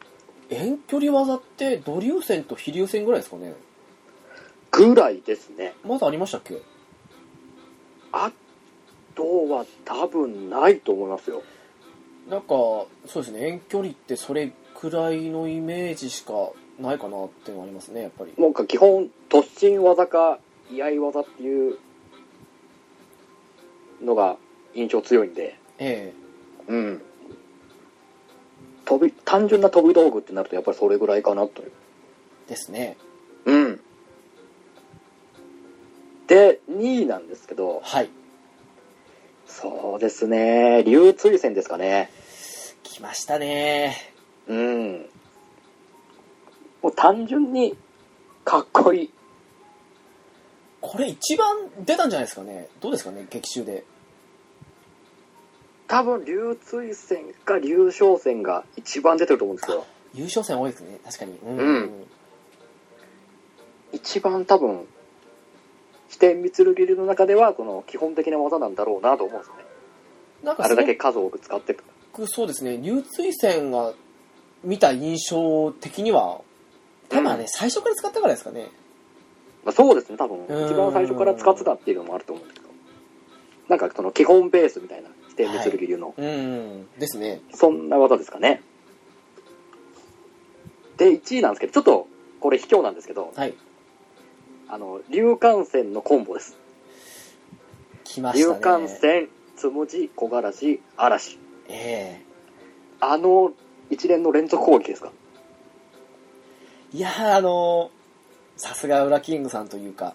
遠距離技って、ドリュー戦と飛竜戦ぐらいですかね。
ぐらいですね。
まだありましたっけ
あとは多分ないと思いますよ。
なんか、そうですね、遠距離ってそれくらいのイメージしかないかなっていうのはありますね、やっぱり。
なんか基本、突進技か、居合技っていうのが印象強いんで。
ええ。
うん。飛び、単純な飛び道具ってなると、やっぱりそれぐらいかなという。
ですね。
うん。で、2位なんですけど、
はい。
そうですね、流追戦ですかね。
来ましたね。
うん。もう単純に、かっこいい。
これ一番出たんじゃないですかねどうですかね劇中で
多分流追戦か流昇戦が一番出てると思うんですけど
優勝戦多いですね確かにうん、
うん一番多分飛天満流の中ではこの基本的な技なんだろうなと思うんですよね
なんか
あ
す
れ
ご
だけ数多く使ってる
くそうですね流追戦が見た印象的には多分あれ、
うん
最初から使ったからですかね
まあ、そうですね多分
うん
一番最初から使ってたっていうのもあると思うんですけどなんかその基本ベースみたいな飛天満流の、
うんですね
そんな技ですかねで1位なんですけどちょっとこれ卑怯なんですけど
はい
あの流感染のコンボです
来ました
流
ね
感染つむじ木枯らし嵐
え
あの一連の連続攻撃ですか
えいやーあのーさすがウラキングさんというか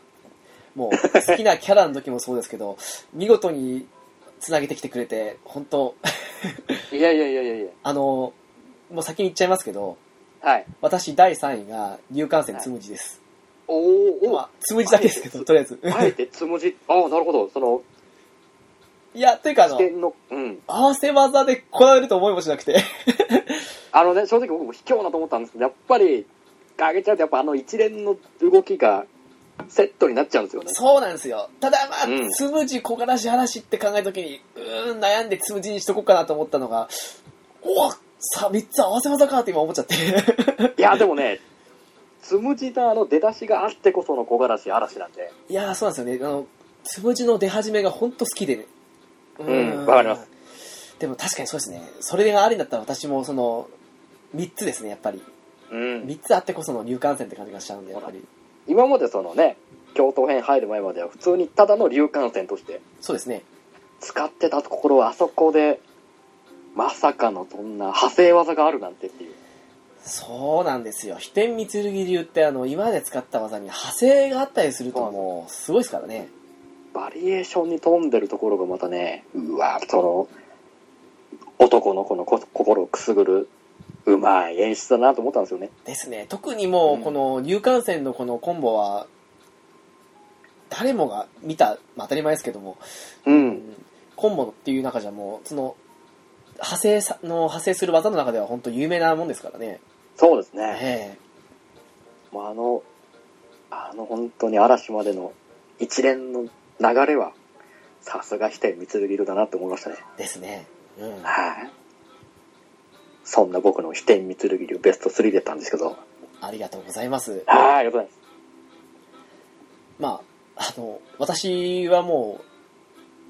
もう好きなキャラの時もそうですけど 見事につなげてきてくれて本当
いやいやいやいやいや
あのーもう先に言っちゃいますけど
はい
私第3位が流感染つむじです、
おーお
まあつむじだけですけどとりあえず
ーあえてつむじああなるほどそ の
いやというかあの
視点のうん
合わせ技でこられると思いもしなく て
あのね、正直僕も卑怯なと思ったんですけど、やっぱり、あげちゃうと、やっぱあの一連の動きがセットになっちゃうんですよね。
そうなんですよただまあ、
うん
つむじ木枯らし嵐って考えた時にうーん悩んでつむじにしとこうかなと思ったのがおっさ3つ合わせ技かって今思っちゃって
いや、でもね、つむじのあの出だしがあってこその木枯らし嵐なんで、
いやーそうなんですよねあのつむじの出始めが本当好きでねう
うんわかります
でも確かにそうですねそれがありだったら私もその3つですねやっぱり
うん、
3つあってこその入館戦って感じがしちゃうんでやっぱり
今までそのね、京都編入る前までは普通にただの流感染として
そうですね
使ってたところはあそこで、まさかのそんな派生技があるなんてっていう。
そうなんですよ。飛天三剣流ってあの、今まで使った技に派生があったりすると
そう
もう、すごいですからね。
バリエーションに富んでるところがまたね、うわ、その、男の子のこ心をくすぐる、うまい演出だなと思ったんですよね。
ですね。特にも
う
う、
ん
この入館戦のこのコンボは、誰もが見た、まあ当たり前ですけども、
うん。
コンボっていう中じゃもう、その、派生さの、派生する技の中では本当有名なもんですからね。
そうです
え
ね。もうあの、あの本当に嵐までの一連の流れは、さすが飛天三剣流だなって思いましたね。
えですね。うん。
はい。そんな僕の飛天三剣流ベスト3だったんですけど、はい、
ありがとうございます。
ありがとうございます。
まあ、あの、私はもう、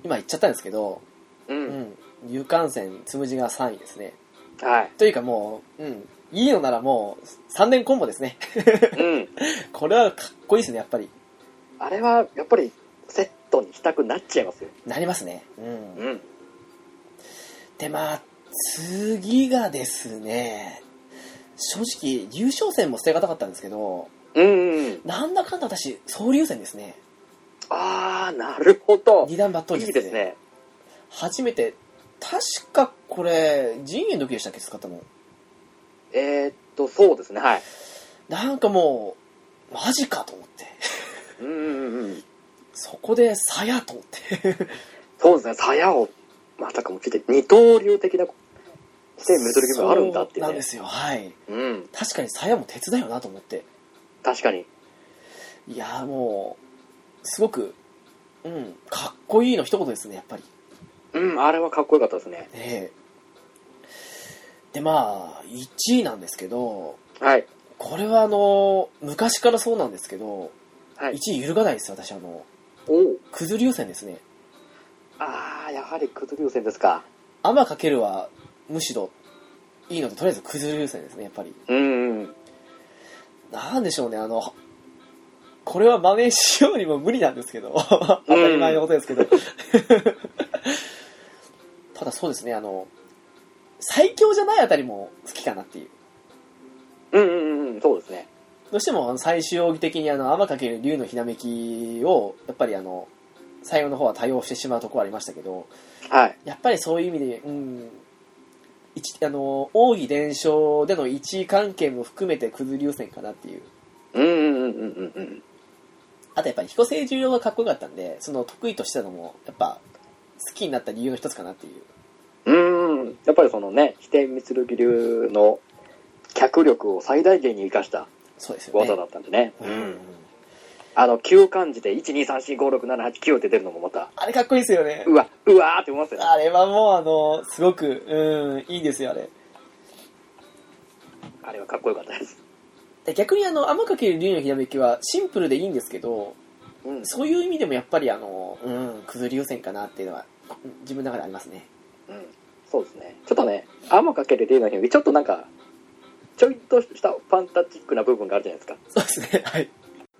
今言っちゃったんですけど、
う。
うんん、有感染つむじが3位ですね。
はい。
というかもう、うん、いいのならもう3連コンボですね。
うん。
これはかっこいいですね、やっぱり。
あれは、やっぱり、セットにしたくなっちゃいますよ。
なりますね。うん。
ん。
で、まあ、次がですね、正直、優勝戦も捨てがたかったんですけど、
うんうん。
なんだかんだ私、総流戦ですね。
ああ、なるほど。
二段抜刀
いい
術
です。ね。
初めて、確かこれ、陣営の時でしたっけ、使ったの。
えーっと、そうですね、はい。
なんかもう、マジかと思って。
うんうんうん。
そこで、さやと思って。
そうですね、鞘を、またかもついて、二刀流的な、して、メドルゲームあるんだって
そう
いう
なんで
ね。
すよ、はい。
うん、
確かに鞘も鉄だよなと思って
確かに。
いやーもうすごくうんかっこいいの一言ですねやっぱり
うん、あれはかっこよかったですね。
ええでまあ1位なんですけど
はい。
これはあの昔からそうなんですけど
はい。
1位揺るがないです私あの
おお。
くずり予選ですね
ああ、やはりクズ流戦ですか。
雨かけるはむしろいいのでとりあえずくずり予選ですねやっぱり
うんうん。
なんでしょうねあのこれは真似しようにも無理なんですけど当たり前のことですけどただそうですねあの最強じゃないあたりも好きかなっていう
うんうんうん、そうですね。
どうしてもあの最終奥義的にあの天かける竜のひらめきをやっぱりあの最後の方は多用してしまうところありましたけど
はい。
やっぱりそういう意味でうん一あの奥義伝承での一位関係も含めて崩り優先かなっていう
うんうんうんうんうんうん。
あとやっぱり彦星重要がかっこよかったんでその得意としてたのもやっぱ好きになった理由の一つかなっていう
うん、やっぱりそのね、飛天満流の脚力を最大限に生かした
そうですよね
技だったんでね。
うん
あの、9漢字で、1、2、3、4、5、6、7、8、9って出るのもまた、
あれかっこいいですよね
うわ、うわーって思いますよね。
あれはもうあのすごくうんいいですよあれ
あれはかっこよかったです。
で逆にあの天ける竜のひらめきはシンプルでいいんですけど
うん。
そういう意味でもやっぱりあのうん崩れ優先かなっていうのはうん自分の中でありますね
うんそうですね。ちょっとね、天かける竜の日よりちょっとなんか、ちょいとしたファンタチックな部分があるじゃないですか。
そうですね はい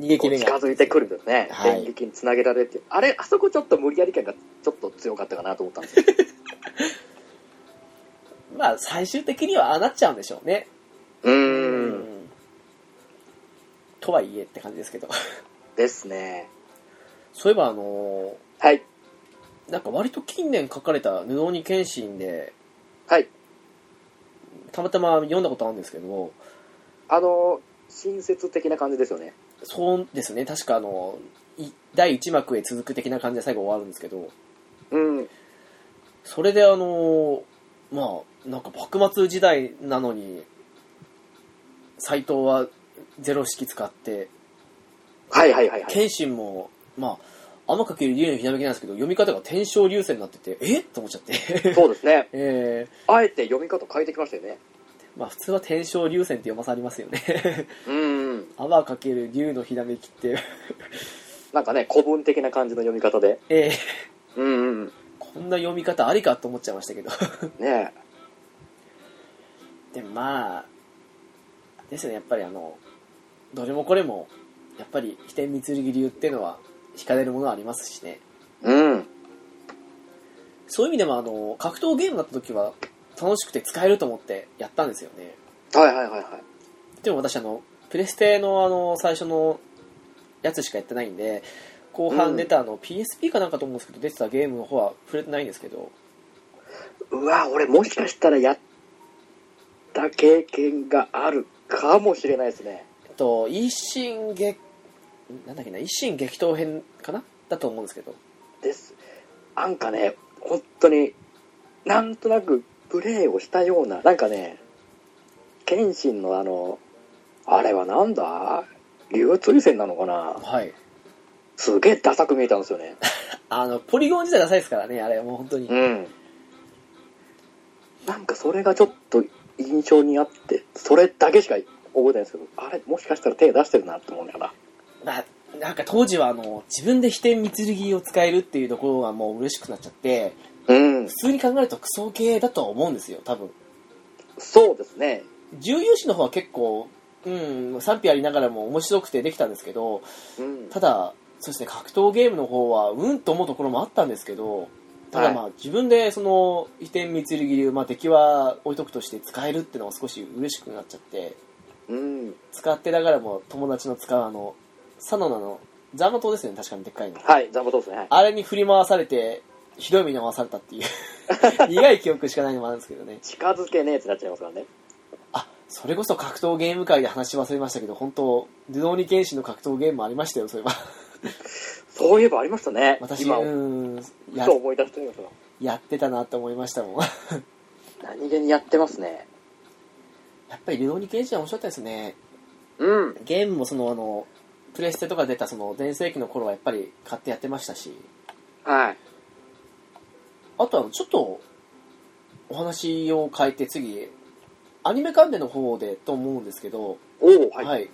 逃げ
こ
切
う
れ
近
が
づいてくるんですね。
はい
電撃につなげられるっていう。あれ、あそこちょっと無理やり感がちょっと強かったかなと思ったんですよ。
まあ最終的にはああなっちゃうんでしょうね
う
う
ーん。
とはいえって感じですけど
ですね。
そういえばあの
はい。
なんか割と近年書かれた「布鬼謙信」で
はい。
たまたま読んだことあるんですけど
あの、親切的な感じですよね。
そうですね確かあのい第1幕へ続く的な感じで最後終わるんですけど
うん。
それであのまあなんか幕末時代なのに斎藤はゼロ式使って
はいはいはいはい。
謙信もまあ天かける竜のひらめきなんですけど読み方が天正流星になっててえっと思っちゃって
そうですね。
ええ
あえて読み方変えてきましたよね。
まあ普通は天正流星って読まされますよね
うん。
天かける竜のひらめきって
なんかね、古文的な感じの読み方で。
ええ
うんうん。
こんな読み方ありかと思っちゃいましたけど
ね
でもまあですねやっぱりあのどれもこれもやっぱり飛天三剣流っていうのは惹かれるものはありますしね
うん。
そういう意味でもあの格闘ゲームだった時は楽しくて使えると思ってやったんですよね
はいはいはいはい。
でも私あのプレステのあの最初のやつしかやってないんで後半出たあの PSP かなんかと思うんですけど出てたゲームの方は触れてないんですけど
うわ、俺もしかしたらやった経験があるかもしれないですね。
えっと一心激なんだっけな一心激闘編かなだと思うんですけど
です。なんかね、本当に、なんとなくプレイをしたような、なんかね、謙信のあの、あれはなんだ流追戦なのかな
はい
すげえダサく見えたんですよね。
あの、ポリゴン自体ダサいですからね、あれ、もう本当に。
うん。なんかそれがちょっと印象にあって、それだけしか覚えてないんですけど、あれ、もしかしたら手出してるなって思うんだよな。
まあ、なんか当時は、あの、自分で飛天三剣を使えるっていうところがもう嬉しくなっちゃって、
うん
普。通に考えるとクソ系だとは思うんですよ、多分。
そうですね。
重勇士の方は結構、うん、賛否ありながらも面白くてできたんですけど、
うん。
ただ、そうですね、格闘ゲームの方は、うんと思うところもあったんですけど、ただまあ、自分でその、飛天三剣流、まあ、敵は置いとくとして使えるっていうのが少し嬉しくなっちゃって、
うん。
使ってながらも友達の使うあのサノナのザマ島ですよね確かにでっかいの
はい、ザボトですね。はい
あれに振り回されてひどい目に遭わされたっていう 苦い記憶しかないのもあるんですけどね
近づけねえってなっちゃいますからね。
あそれこそ格闘ゲーム界で話し忘れましたけど本当ルノーニケンシンの格闘ゲームもありましたよ そういえば
そういえばありましたね。
私
今、
うんや
ふと思い出してみました。
やってたなって思いましたもん や
何気にやってますね。
っぱりルノーニケンシンは面白かったですね
うん。
ゲームもそのあのプレステとか出たその全盛期の頃はやっぱり買ってやってましたし
はい。
あとはちょっとお話を変えて次アニメ関連の方でと思うんですけど、
おお
はい、
はい。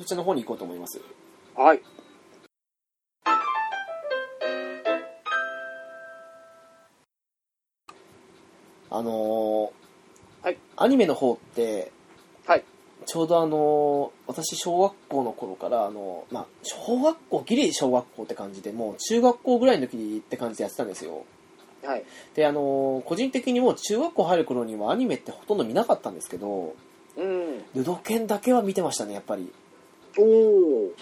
そちらの方に行こうと思います。
はい。
あのー
はい
アニメの方って、
はい
ちょうどあのー私小学校の頃からあのーまあ小学校ギリ小学校って感じでもう中学校ぐらいの時って感じでやってたんですよ。
はい。
であのー個人的にもう中学校入る頃にはアニメってほとんど見なかったんですけど、
うん。
ルドケンだけは見てましたねやっぱり。
おお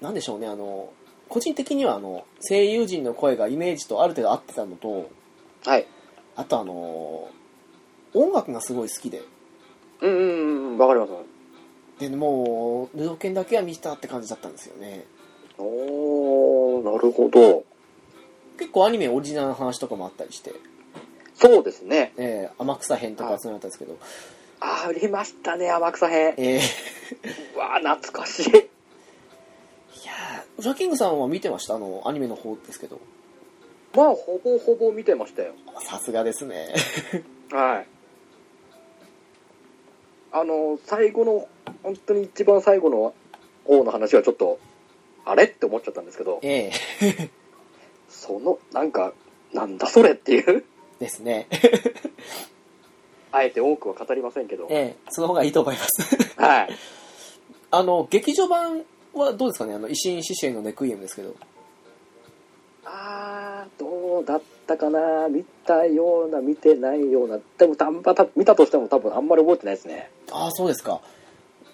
なんでしょうねあの個人的にはあの声優陣の声がイメージとある程度合ってたのと
はい。
あとあの音楽がすごい好きで
うんうんうん。わかります。
でもうルドケンだけは見たって感じだったんですよね
おー、なるほど。
結構アニメオリジナルの話とかもあったりして
そうですね。
えー、天草編とか集めたんですけど、
あー、売りましたね、天草編。
えー、いう
わー、懐かし
や
い。
ーウラキングさんは見てましたあの、アニメの方ですけど。
まあ、ほぼほぼ見てましたよ。
さすがですね。
はい。あの、最後の、本当に一番最後の王の話はちょっと、あれって思っちゃったんですけど、
ええ
その、なんか、なんだそれっていう、
ですね。
あえて多くは語りませんけど、
ええその方がいいと思います。
はい。
あの、劇場版はどうですかねあの、維新志士へのネクイエムですけど。
あー、どうだったかな、見たような、見てないような、でもたんばた、見たとしても多分あんまり覚えてないですね。
ああ、そうですか。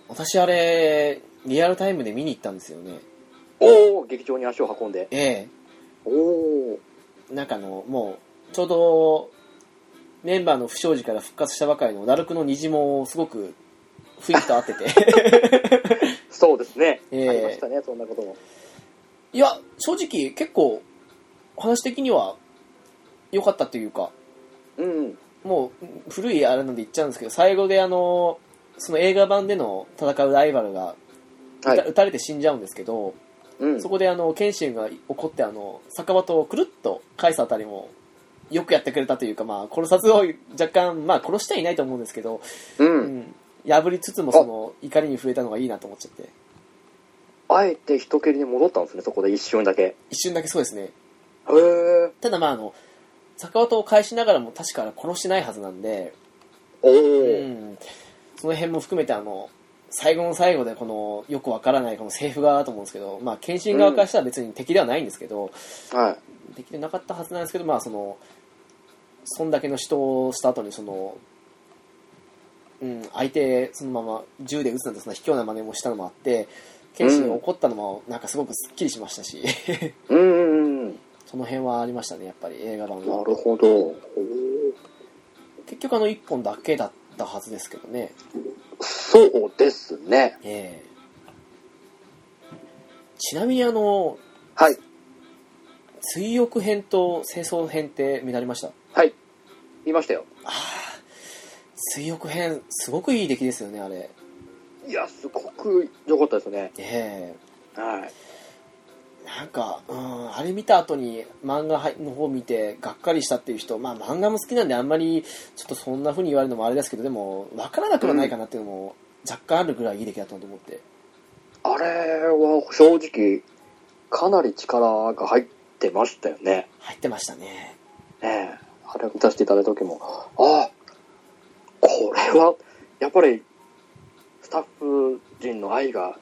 私あれ、リアルタイムで見に行ったんですよね。
おー、劇場に足を運んで、
ええ
おー、
なんかあの、もう、ちょうど、メンバーの不祥事から復活したばかりのダルクの虹もすごく、雰囲気と合ってて。
そうですね、
ええ
ありましたね、そんなことも。
いや、正直結構、話的には良かったというか、
うん、
もう古いあれなんで言っちゃうんですけど最後であのその映画版での戦うライバルが撃た,、
はい。
れて死んじゃうんですけど、
うん
そこであの謙信が怒ってあの酒場とくるっと返すあたりもよくやってくれたというか、まあ、殺さずを若干、まあ、殺してはいないと思うんですけど、
う
うんん、破りつつもその怒りに触れたのがいいなと思っちゃって
あえて人蹴りに戻ったんですね、そこで一瞬だけ。へ
一瞬だけそうですね
え。
ただまああの酒場とを返しながらも確かあれ殺してないはずなんで
おお、
うんその辺も含めてあの最後の最後でこのよくわからないこの政府側だと思うんですけど、まあ、謙信側からしたら別に敵ではないんですけど、
はい。
敵でなかったはずなんですけど、まあ、そのそんだけの死闘をした後にその、うん、相手そのまま銃で撃つなんてそんな卑怯な真似もしたのもあって謙信が怒ったのもなんかすごくすっきりしましたし
うんうんうん。
その辺はありましたねやっぱり映画版
な
は
るほど。おー
結局あの1本だけだったはずですけどね
そうですね。
ええちなみにあの
はい。
追憶編と清掃編って見られました
はい。見ましたよ。
ああ追憶編すごくいい出来ですよねあれ
いや、すごく良かったですね。
え
はい。
えなんか、うん、あれ見た後に漫画の方見てがっかりしたっていう人まあ漫画も好きなんであんまりちょっとそんな風に言われるのもあれですけどでも分からなくはないかなっていうのも若干あるぐらいいい出来だったと思って
あれは正直、かなり力が入ってましたよね。
入ってましたね
ねえ、あれを見させていただいた時も、ああ、これは、やっぱり、スタッフ陣の愛が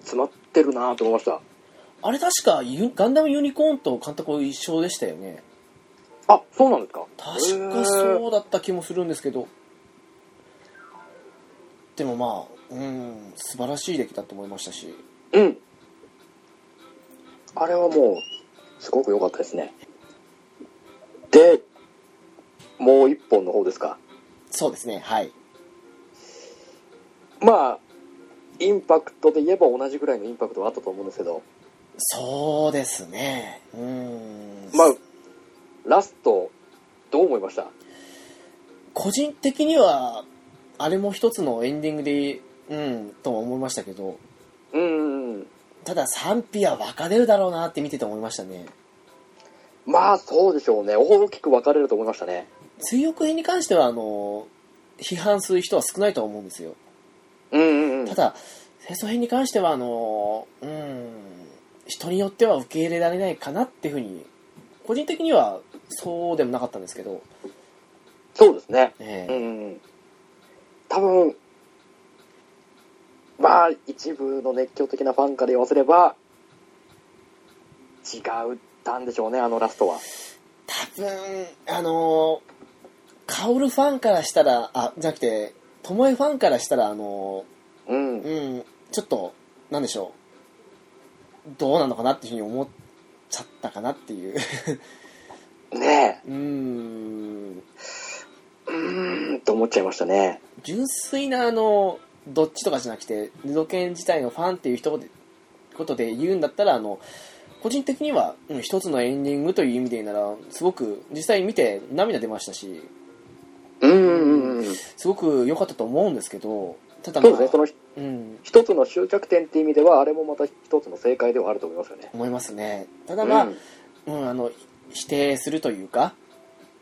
詰まってるなと思いました。
あれ確かユガンダムユニコーンと監督一緒でしたよね
あ、そうなんですか
確
へえ
かそうだった気もするんですけどでもまあうん素晴らしい出来だと思いましたし
うん。あれはもう、すごく良かったですね。で、もう一本の方ですか。
そうですねはい
まあ、インパクトで言えば同じぐらいのインパクトはあったと思うんですけど、
そうですねうん
まあ、ラスト、どう思いました
個人的にはあれも一つのエンディングでうんとは思いましたけど
うんうんうん。
ただ賛否は分かれるだろうなって見てて思いましたね
まあそうでしょうね大きく分かれると思いましたね
追憶編に関してはあの批判する人は少ないとは思うんですよ
うんうんうん
ただ、戦争編に関しては、あの、うん、人によっては受け入れられないかなっていうふうに、個人的にはそうでもなかったんですけど、
そうですね
え
う
え
んうんうん多分まあ一部の熱狂的なファンから言わせれば違ったんでしょうねあのラストは
多分、あの、カオルファンからしたら、あ、じゃなくて、ともえファンからしたら、あの、
うん
うん、ちょっと、なんでしょう、どうなのかなっていうふうに思っちゃったかなっていう。
ね
うん、
えうーんと思っちゃいましたね
純粋なあのどっちとかじゃなくてルドケン自体のファンっていう一言でことで言うんだったらあの個人的には、うん、一つのエンディングという意味で言うなら、すごく実際見て涙出ましたし、
うんうんうん。
すごく良かったと思うんですけど、ただま
そう
あ、
ですね、その
うん、
一つの終着点っていう意味では、あれもまた一つの正解ではあると思いますよね。
思いますね。ただまあ、
うん
うん、あの、否定するというか、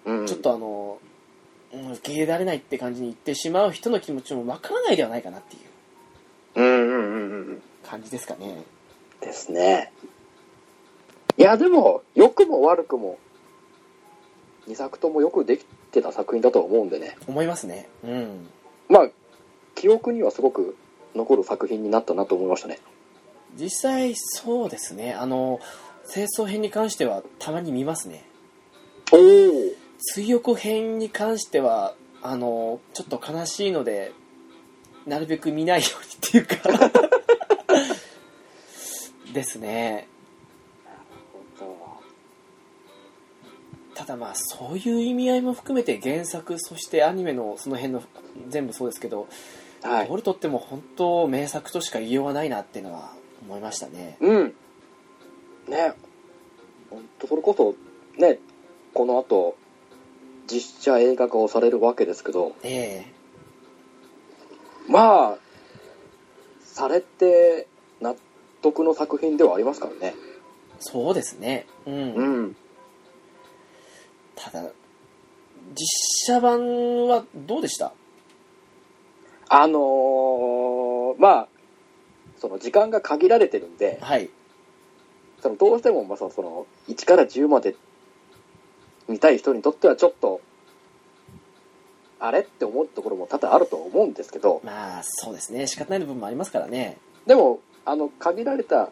うん、
ちょっとあの、うん受け入れられないって感じに言ってしまう人の気持ちもわからないではないかなっていう
うんうんうんうん
感じですかね。
ですねいやでも良くも悪くも2作ともよくできてた作品だとは思うんでね
思いますね。うん。
まあ記憶にはすごく残る作品になったなと思いましたね
実際、そうですね。あの、清掃編に関してはたまに見ますね。
おお
水浴編に関しては、あの、ちょっと悲しいので、なるべく見ないようにっていうか、ですね。ただまあそういう意味合いも含めて原作そしてアニメのその辺の全部そうですけど、
はい
どれとっても本当名作としか言いようがないなっていうのは思いましたね
うんねほんとそれこそねこの後実写映画化をされるわけですけど
ええ
まあされて納得の作品ではありますからね
そうですねうん、
うん
ただ実写版はどうでした
あのーまあその時間が限られてるんで
はい
そのどうしてもまあそのその1から10まで見たい人にとってはちょっとあれって思うところも多々あると思うんですけど
まあそうですね仕方ない部分もありますからね
でもあの限られた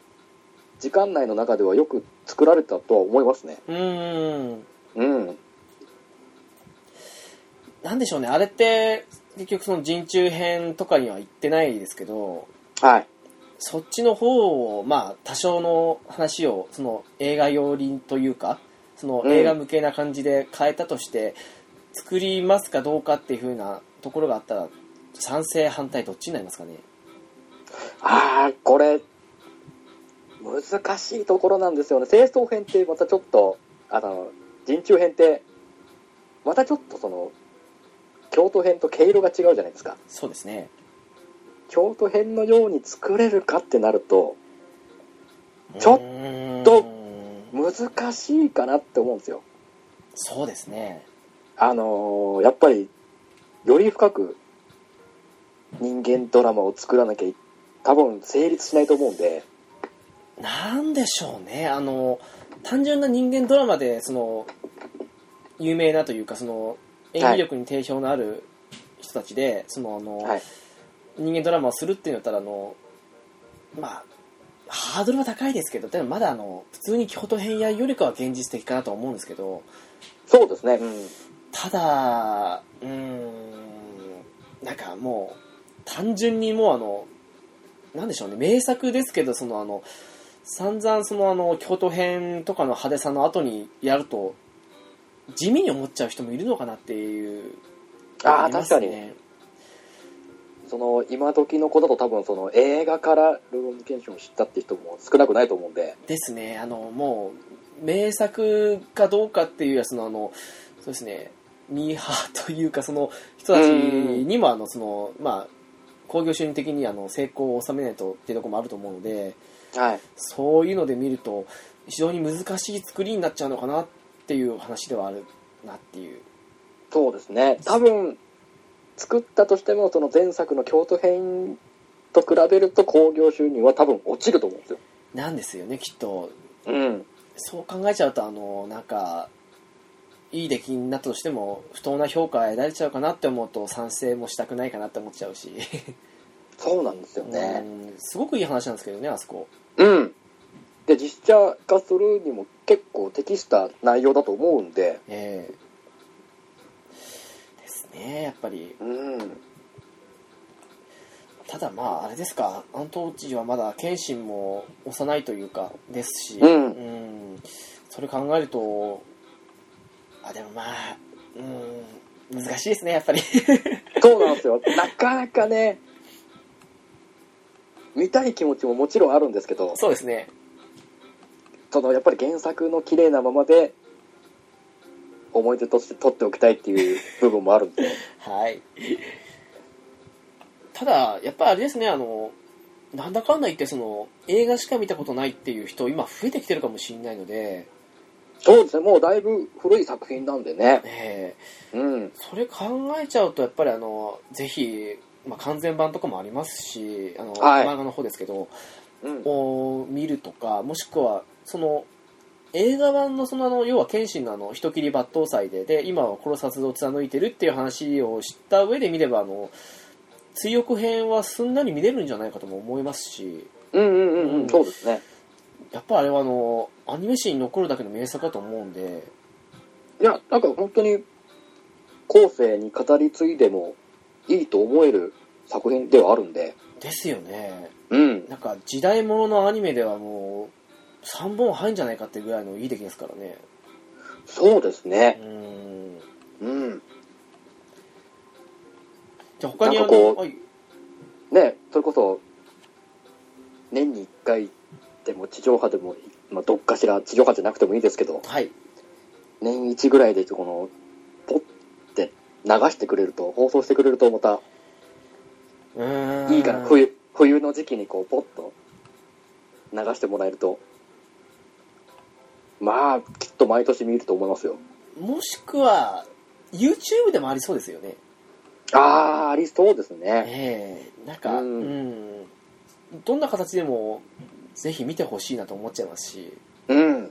時間内の中ではよく作られたとは思いますね
うーん
うん
なんでしょうねあれって結局その人中編とかには行ってないですけど
はい
そっちの方を、まあ、多少の話を、その映画寄りというか、その
うん
映画向けな感じで変えたとして、作りますかどうかっていうふうなところがあったら、賛成、反対、どっちになりますかね。
ああこれ難しいところなんですよね清掃編ってまたちょっとあの人中編ってまたちょっとその京都編と毛色が違うじゃないですか
そうですね。
京都編のように作れるかってなるとちょっと
うーん
と難しいかなって思うんですよ
そうですね。
あのーやっぱりより深く人間ドラマを作らなきゃい多分成立しないと思うんで
なんでしょうね。あの、単純な人間ドラマで、その、有名なというか、その、演技力に定評のある人たちで、その、あの、
はい
人間ドラマをするっていうのだったらあのまあハードルは高いですけどでもまだあの普通に京都編やよりかは現実的かなと思うんですけど
そうですねうん
ただうーんなんかもう単純にもうあのなんでしょうね名作ですけどそのあの散々そのあの京都編とかの派手さの後にやると地味に思っちゃう人もいるのかなっていう
あー
りますね
確かその今時の子だと多分その映画からルーム検証を知ったって人も少なくないと思うんで
ですねあのもう名作かどうかっていうやつのあのそうですねミーハーというかその人たちにもあのそのまあ興行収入的にあの成功を収めないとっていうところもあると思うので
はい
そういうので見ると非常に難しい作りになっちゃうのかなっていう話ではあるなっていう
そうですね多分作ったとしてもその前作の京都編と比べると興行収入は多分落ちると思うんですよ
なんですよねきっと
うん
そう考えちゃうとあのなんかいい出来になったとしても不当な評価を得られちゃうかなって思うと賛成もしたくないかなって思っちゃうし
そうなんですよ ね
うんすごくいい話なんですけどねあそこ
うん、で実写化するにも結構適した内容だと思うんで
ええですねやっぱり
うん
ただまああれですかあの当時はまだ謙信も幼いというかですし、
うん
んそれ考えるとあでもまあうん難しいですねやっぱり
そうなんですよなかなかね見たい気持ちももちろんあるんですけど
そうですね
そのやっぱり原作の綺麗なままで思い出として撮っておきたいっていう部分もあるん で
はい。ただ、やっぱりあれですね、あの、なんだかんだ言って、その、映画しか見たことないっていう人、今増えてきてるかもしれないので、
そうですねもうだいぶ古い作品なんでね
えー
うん
それ考えちゃうと、やっぱりあの、ぜひ、まあ、完全版とかもありますし、あの、
はい
漫画の方ですけど、
うん
を見るとか、もしくは、その、映画版のそのあの、要は謙信のあの、人切り抜刀祭で、で、今は殺さずを貫いてるっていう話を知った上で見れば、あの、追憶編はすんなり見れるんじゃないかとも思いますし、
うんうんうんうん、
うん
そうですね
やっぱあれはあの、アニメ史に残るだけの名作だと思うんで、
いやなんか本当に後世に語り継いでもいいと思える作品ではあるんで
ですよね。
うん
なんか、時代物ののアニメではもう、3本入んじゃないかってぐらいのいい出来ですからね。
そうです
う
ね
ん。
うん
じゃあ他にあ
なんかこ
の、
う
はい、
ねそれこそ年に1回でも地上波でも、まあ、どっかしら地上波じゃなくてもいいですけど
はい、
年1ぐらいでこのポッて流してくれると放送してくれるとまた
うん
いいから冬冬の時期にこうポッと流してもらえるとまあきっと毎年見ると思いますよ
もしくは、YouTube でもありそうですよね。
ああーありそうですね
ええなんか、
う
うんん、どんな形でも、ぜひ見てほしいなと思っちゃいますし、
うん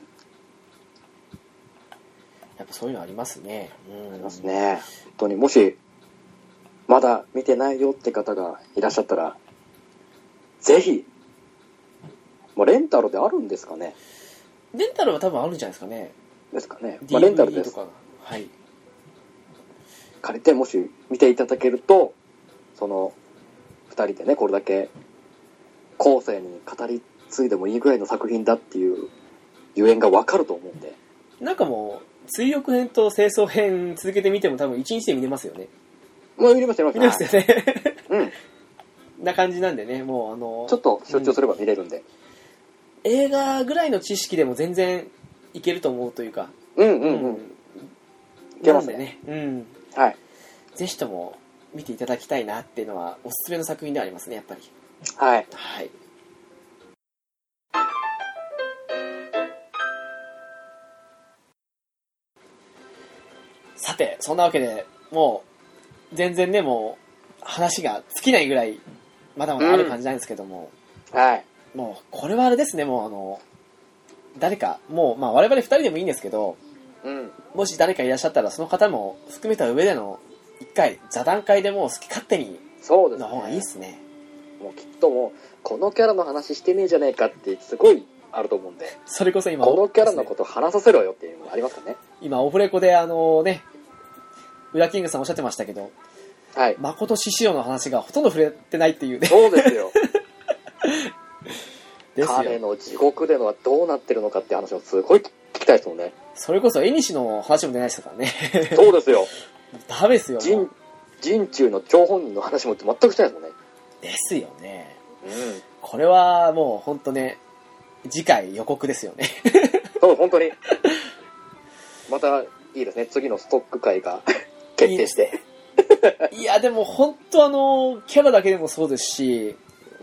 やっぱそういうのありますね。うん、あ
あります。ね本当にもしまだ見てないよって方がいらっしゃったらぜひまあレンタルであるんですかね
レンタルは多分あるんじゃないですかね。
ですかね、まあ、レンタル
DVD
で
と
す
か。はい。
借りてもし見ていただけるとその2人でねこれだけ後世に語り継いでもいいぐらいの作品だっていうゆえんが分かると思うんで
なんかもう、追憶編と清掃編続けてみても多分1日で見れますよね。
もう見れました見
見れますよね。
うん、
な感じなんでね、もうあの、
ちょっと集中すれば見れるんで、
映画ぐらいの知識でも全然いけると思うというか、
うん、うんうんいけ
な
ま
ん
す
で
ね
ね、うん。
はい
ぜひとも見ていただきたいなっていうのはおすすめの作品ではありますねやっぱり
はい
はいさてそんなわけでもう全然ねもう話が尽きないぐらいまだまだある感じなんですけども、
はい
もうこれはあれですねもうあの誰かもうまあ我々2人でもいいんですけど
うん
もし誰かいらっしゃったらその方も含めた上での1回座談会でもう好き勝手に
そうです
の
ね
方がいいですね
もうきっともうこのキャラの話してねえじゃねえかってすごいあると思うんで
それこそ今
このキャラのこと話させろよっていうのありますかね
今オフレコであのね裏キングさんおっしゃってましたけど
はい
誠獅子王の話がほとんど触れてないっていうね
そうですよ
です
彼
よ
の地獄でのはどうなってるのかって話をすごい聞きたいですもんね
それこそ縁の話も出ないですからね
そうですよ
ダメですよも
人
う
人中の張本人の話も全くしてないですもんね
ですよね
うん
これはもう本当ね次回予告ですよね
そう本当にまたいいですね次のストック会が決定して
いやでも本当あのキャラだけでもそうですし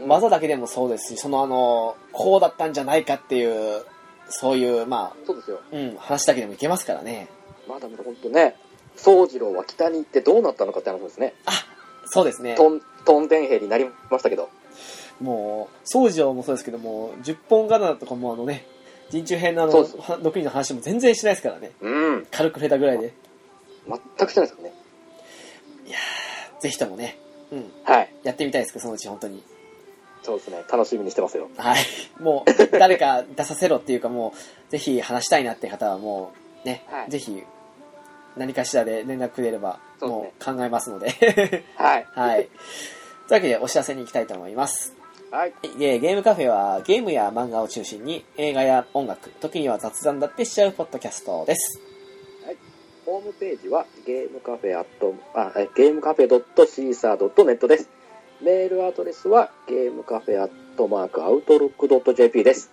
技だけでもそうですしそのあのこうだったんじゃないかっていうそういうま
そうですよ
あ、うん、話だけでもいけますからね
まだまだ本当ね宗次郎は北に行ってどうなったのかって話ですね
そうですね
トントンデン兵になりましたけど
もう宗次郎もそうですけども10本ガナとかもあのね人中編のあの
そうそう
は6人の話も全然しないですからね
うん
軽く触れたぐらいで
全くしてないですもんね
ぜひともね、うん、
はい
やってみたいですけどそのうち本当に
そうですね楽しみにしてますよ
はいもう誰か出させろっていうかもうぜひ話したいなって方はもうね、
はい
ぜひ何かしらで連絡くれれば
そう
も
で
う考えますので
はい
はいというわけでお知らせに行きたいと思います
はい
でゲームカフェはゲームや漫画を中心に映画や音楽時には雑談だってしちゃうポッドキャストです
ホームページはゲームカフェアットあえゲームカフェドットシーサードットネットです。メールアドレスはゲームカフェアットマークアウトロックドット JP です。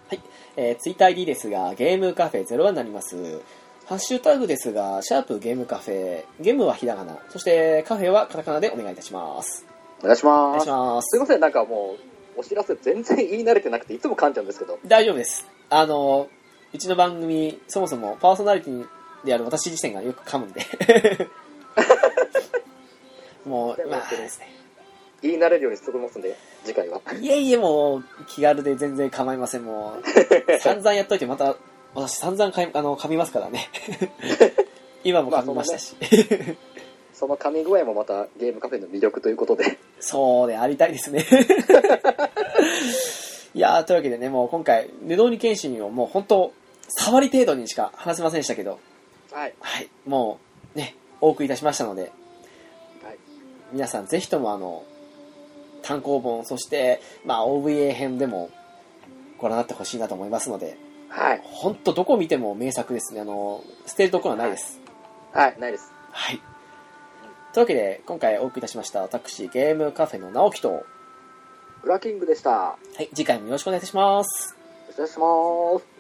えー、ツイッター ID ですが、ゲームカフェ01になります。ハッシュタグですが、シャープゲームカフェ、ゲームはひらがな、そしてカフェはカタカナでお願いいたします。
お願いし
お
ま
願い
す。
します
い
す。
ません、なんかもう、お知らせ全然言い慣れてなくて、いつも噛んじゃうんですけど。
大丈夫です。あの、うちの番組、そもそもパーソナリティである私自身がよく噛むん で。もう、まあ、ですね。
言い慣れるようにしておきますんで、次回は。
いえいえ、もう、気軽で全然構いません、もう。散々やっといて、また、私散々かいあの噛みますからね。今も噛みましたし。
その噛み具合もまたゲームカフェの魅力ということで。
そうでありたいですね。 いやー、というわけでね、もう今回、ヌドーニケンシンをもう本当、触り程度にしか話せませんでしたけど、
はい。
はい、もうね、お送りいたしましたので、
はい。
皆さんぜひともあの、単行本、そして、まあ、OVA 編でもご覧になってほしいなと思いますので、
はい。
本当どこ見ても名作ですね。あの、捨てるところはないです。
はい。ないです。
はい。というわけで、今回お送りいたしました、私、ゲームカフェの直樹と、は
ブラキングでした。
い、次回もよろしくお願いいたします。
失礼します。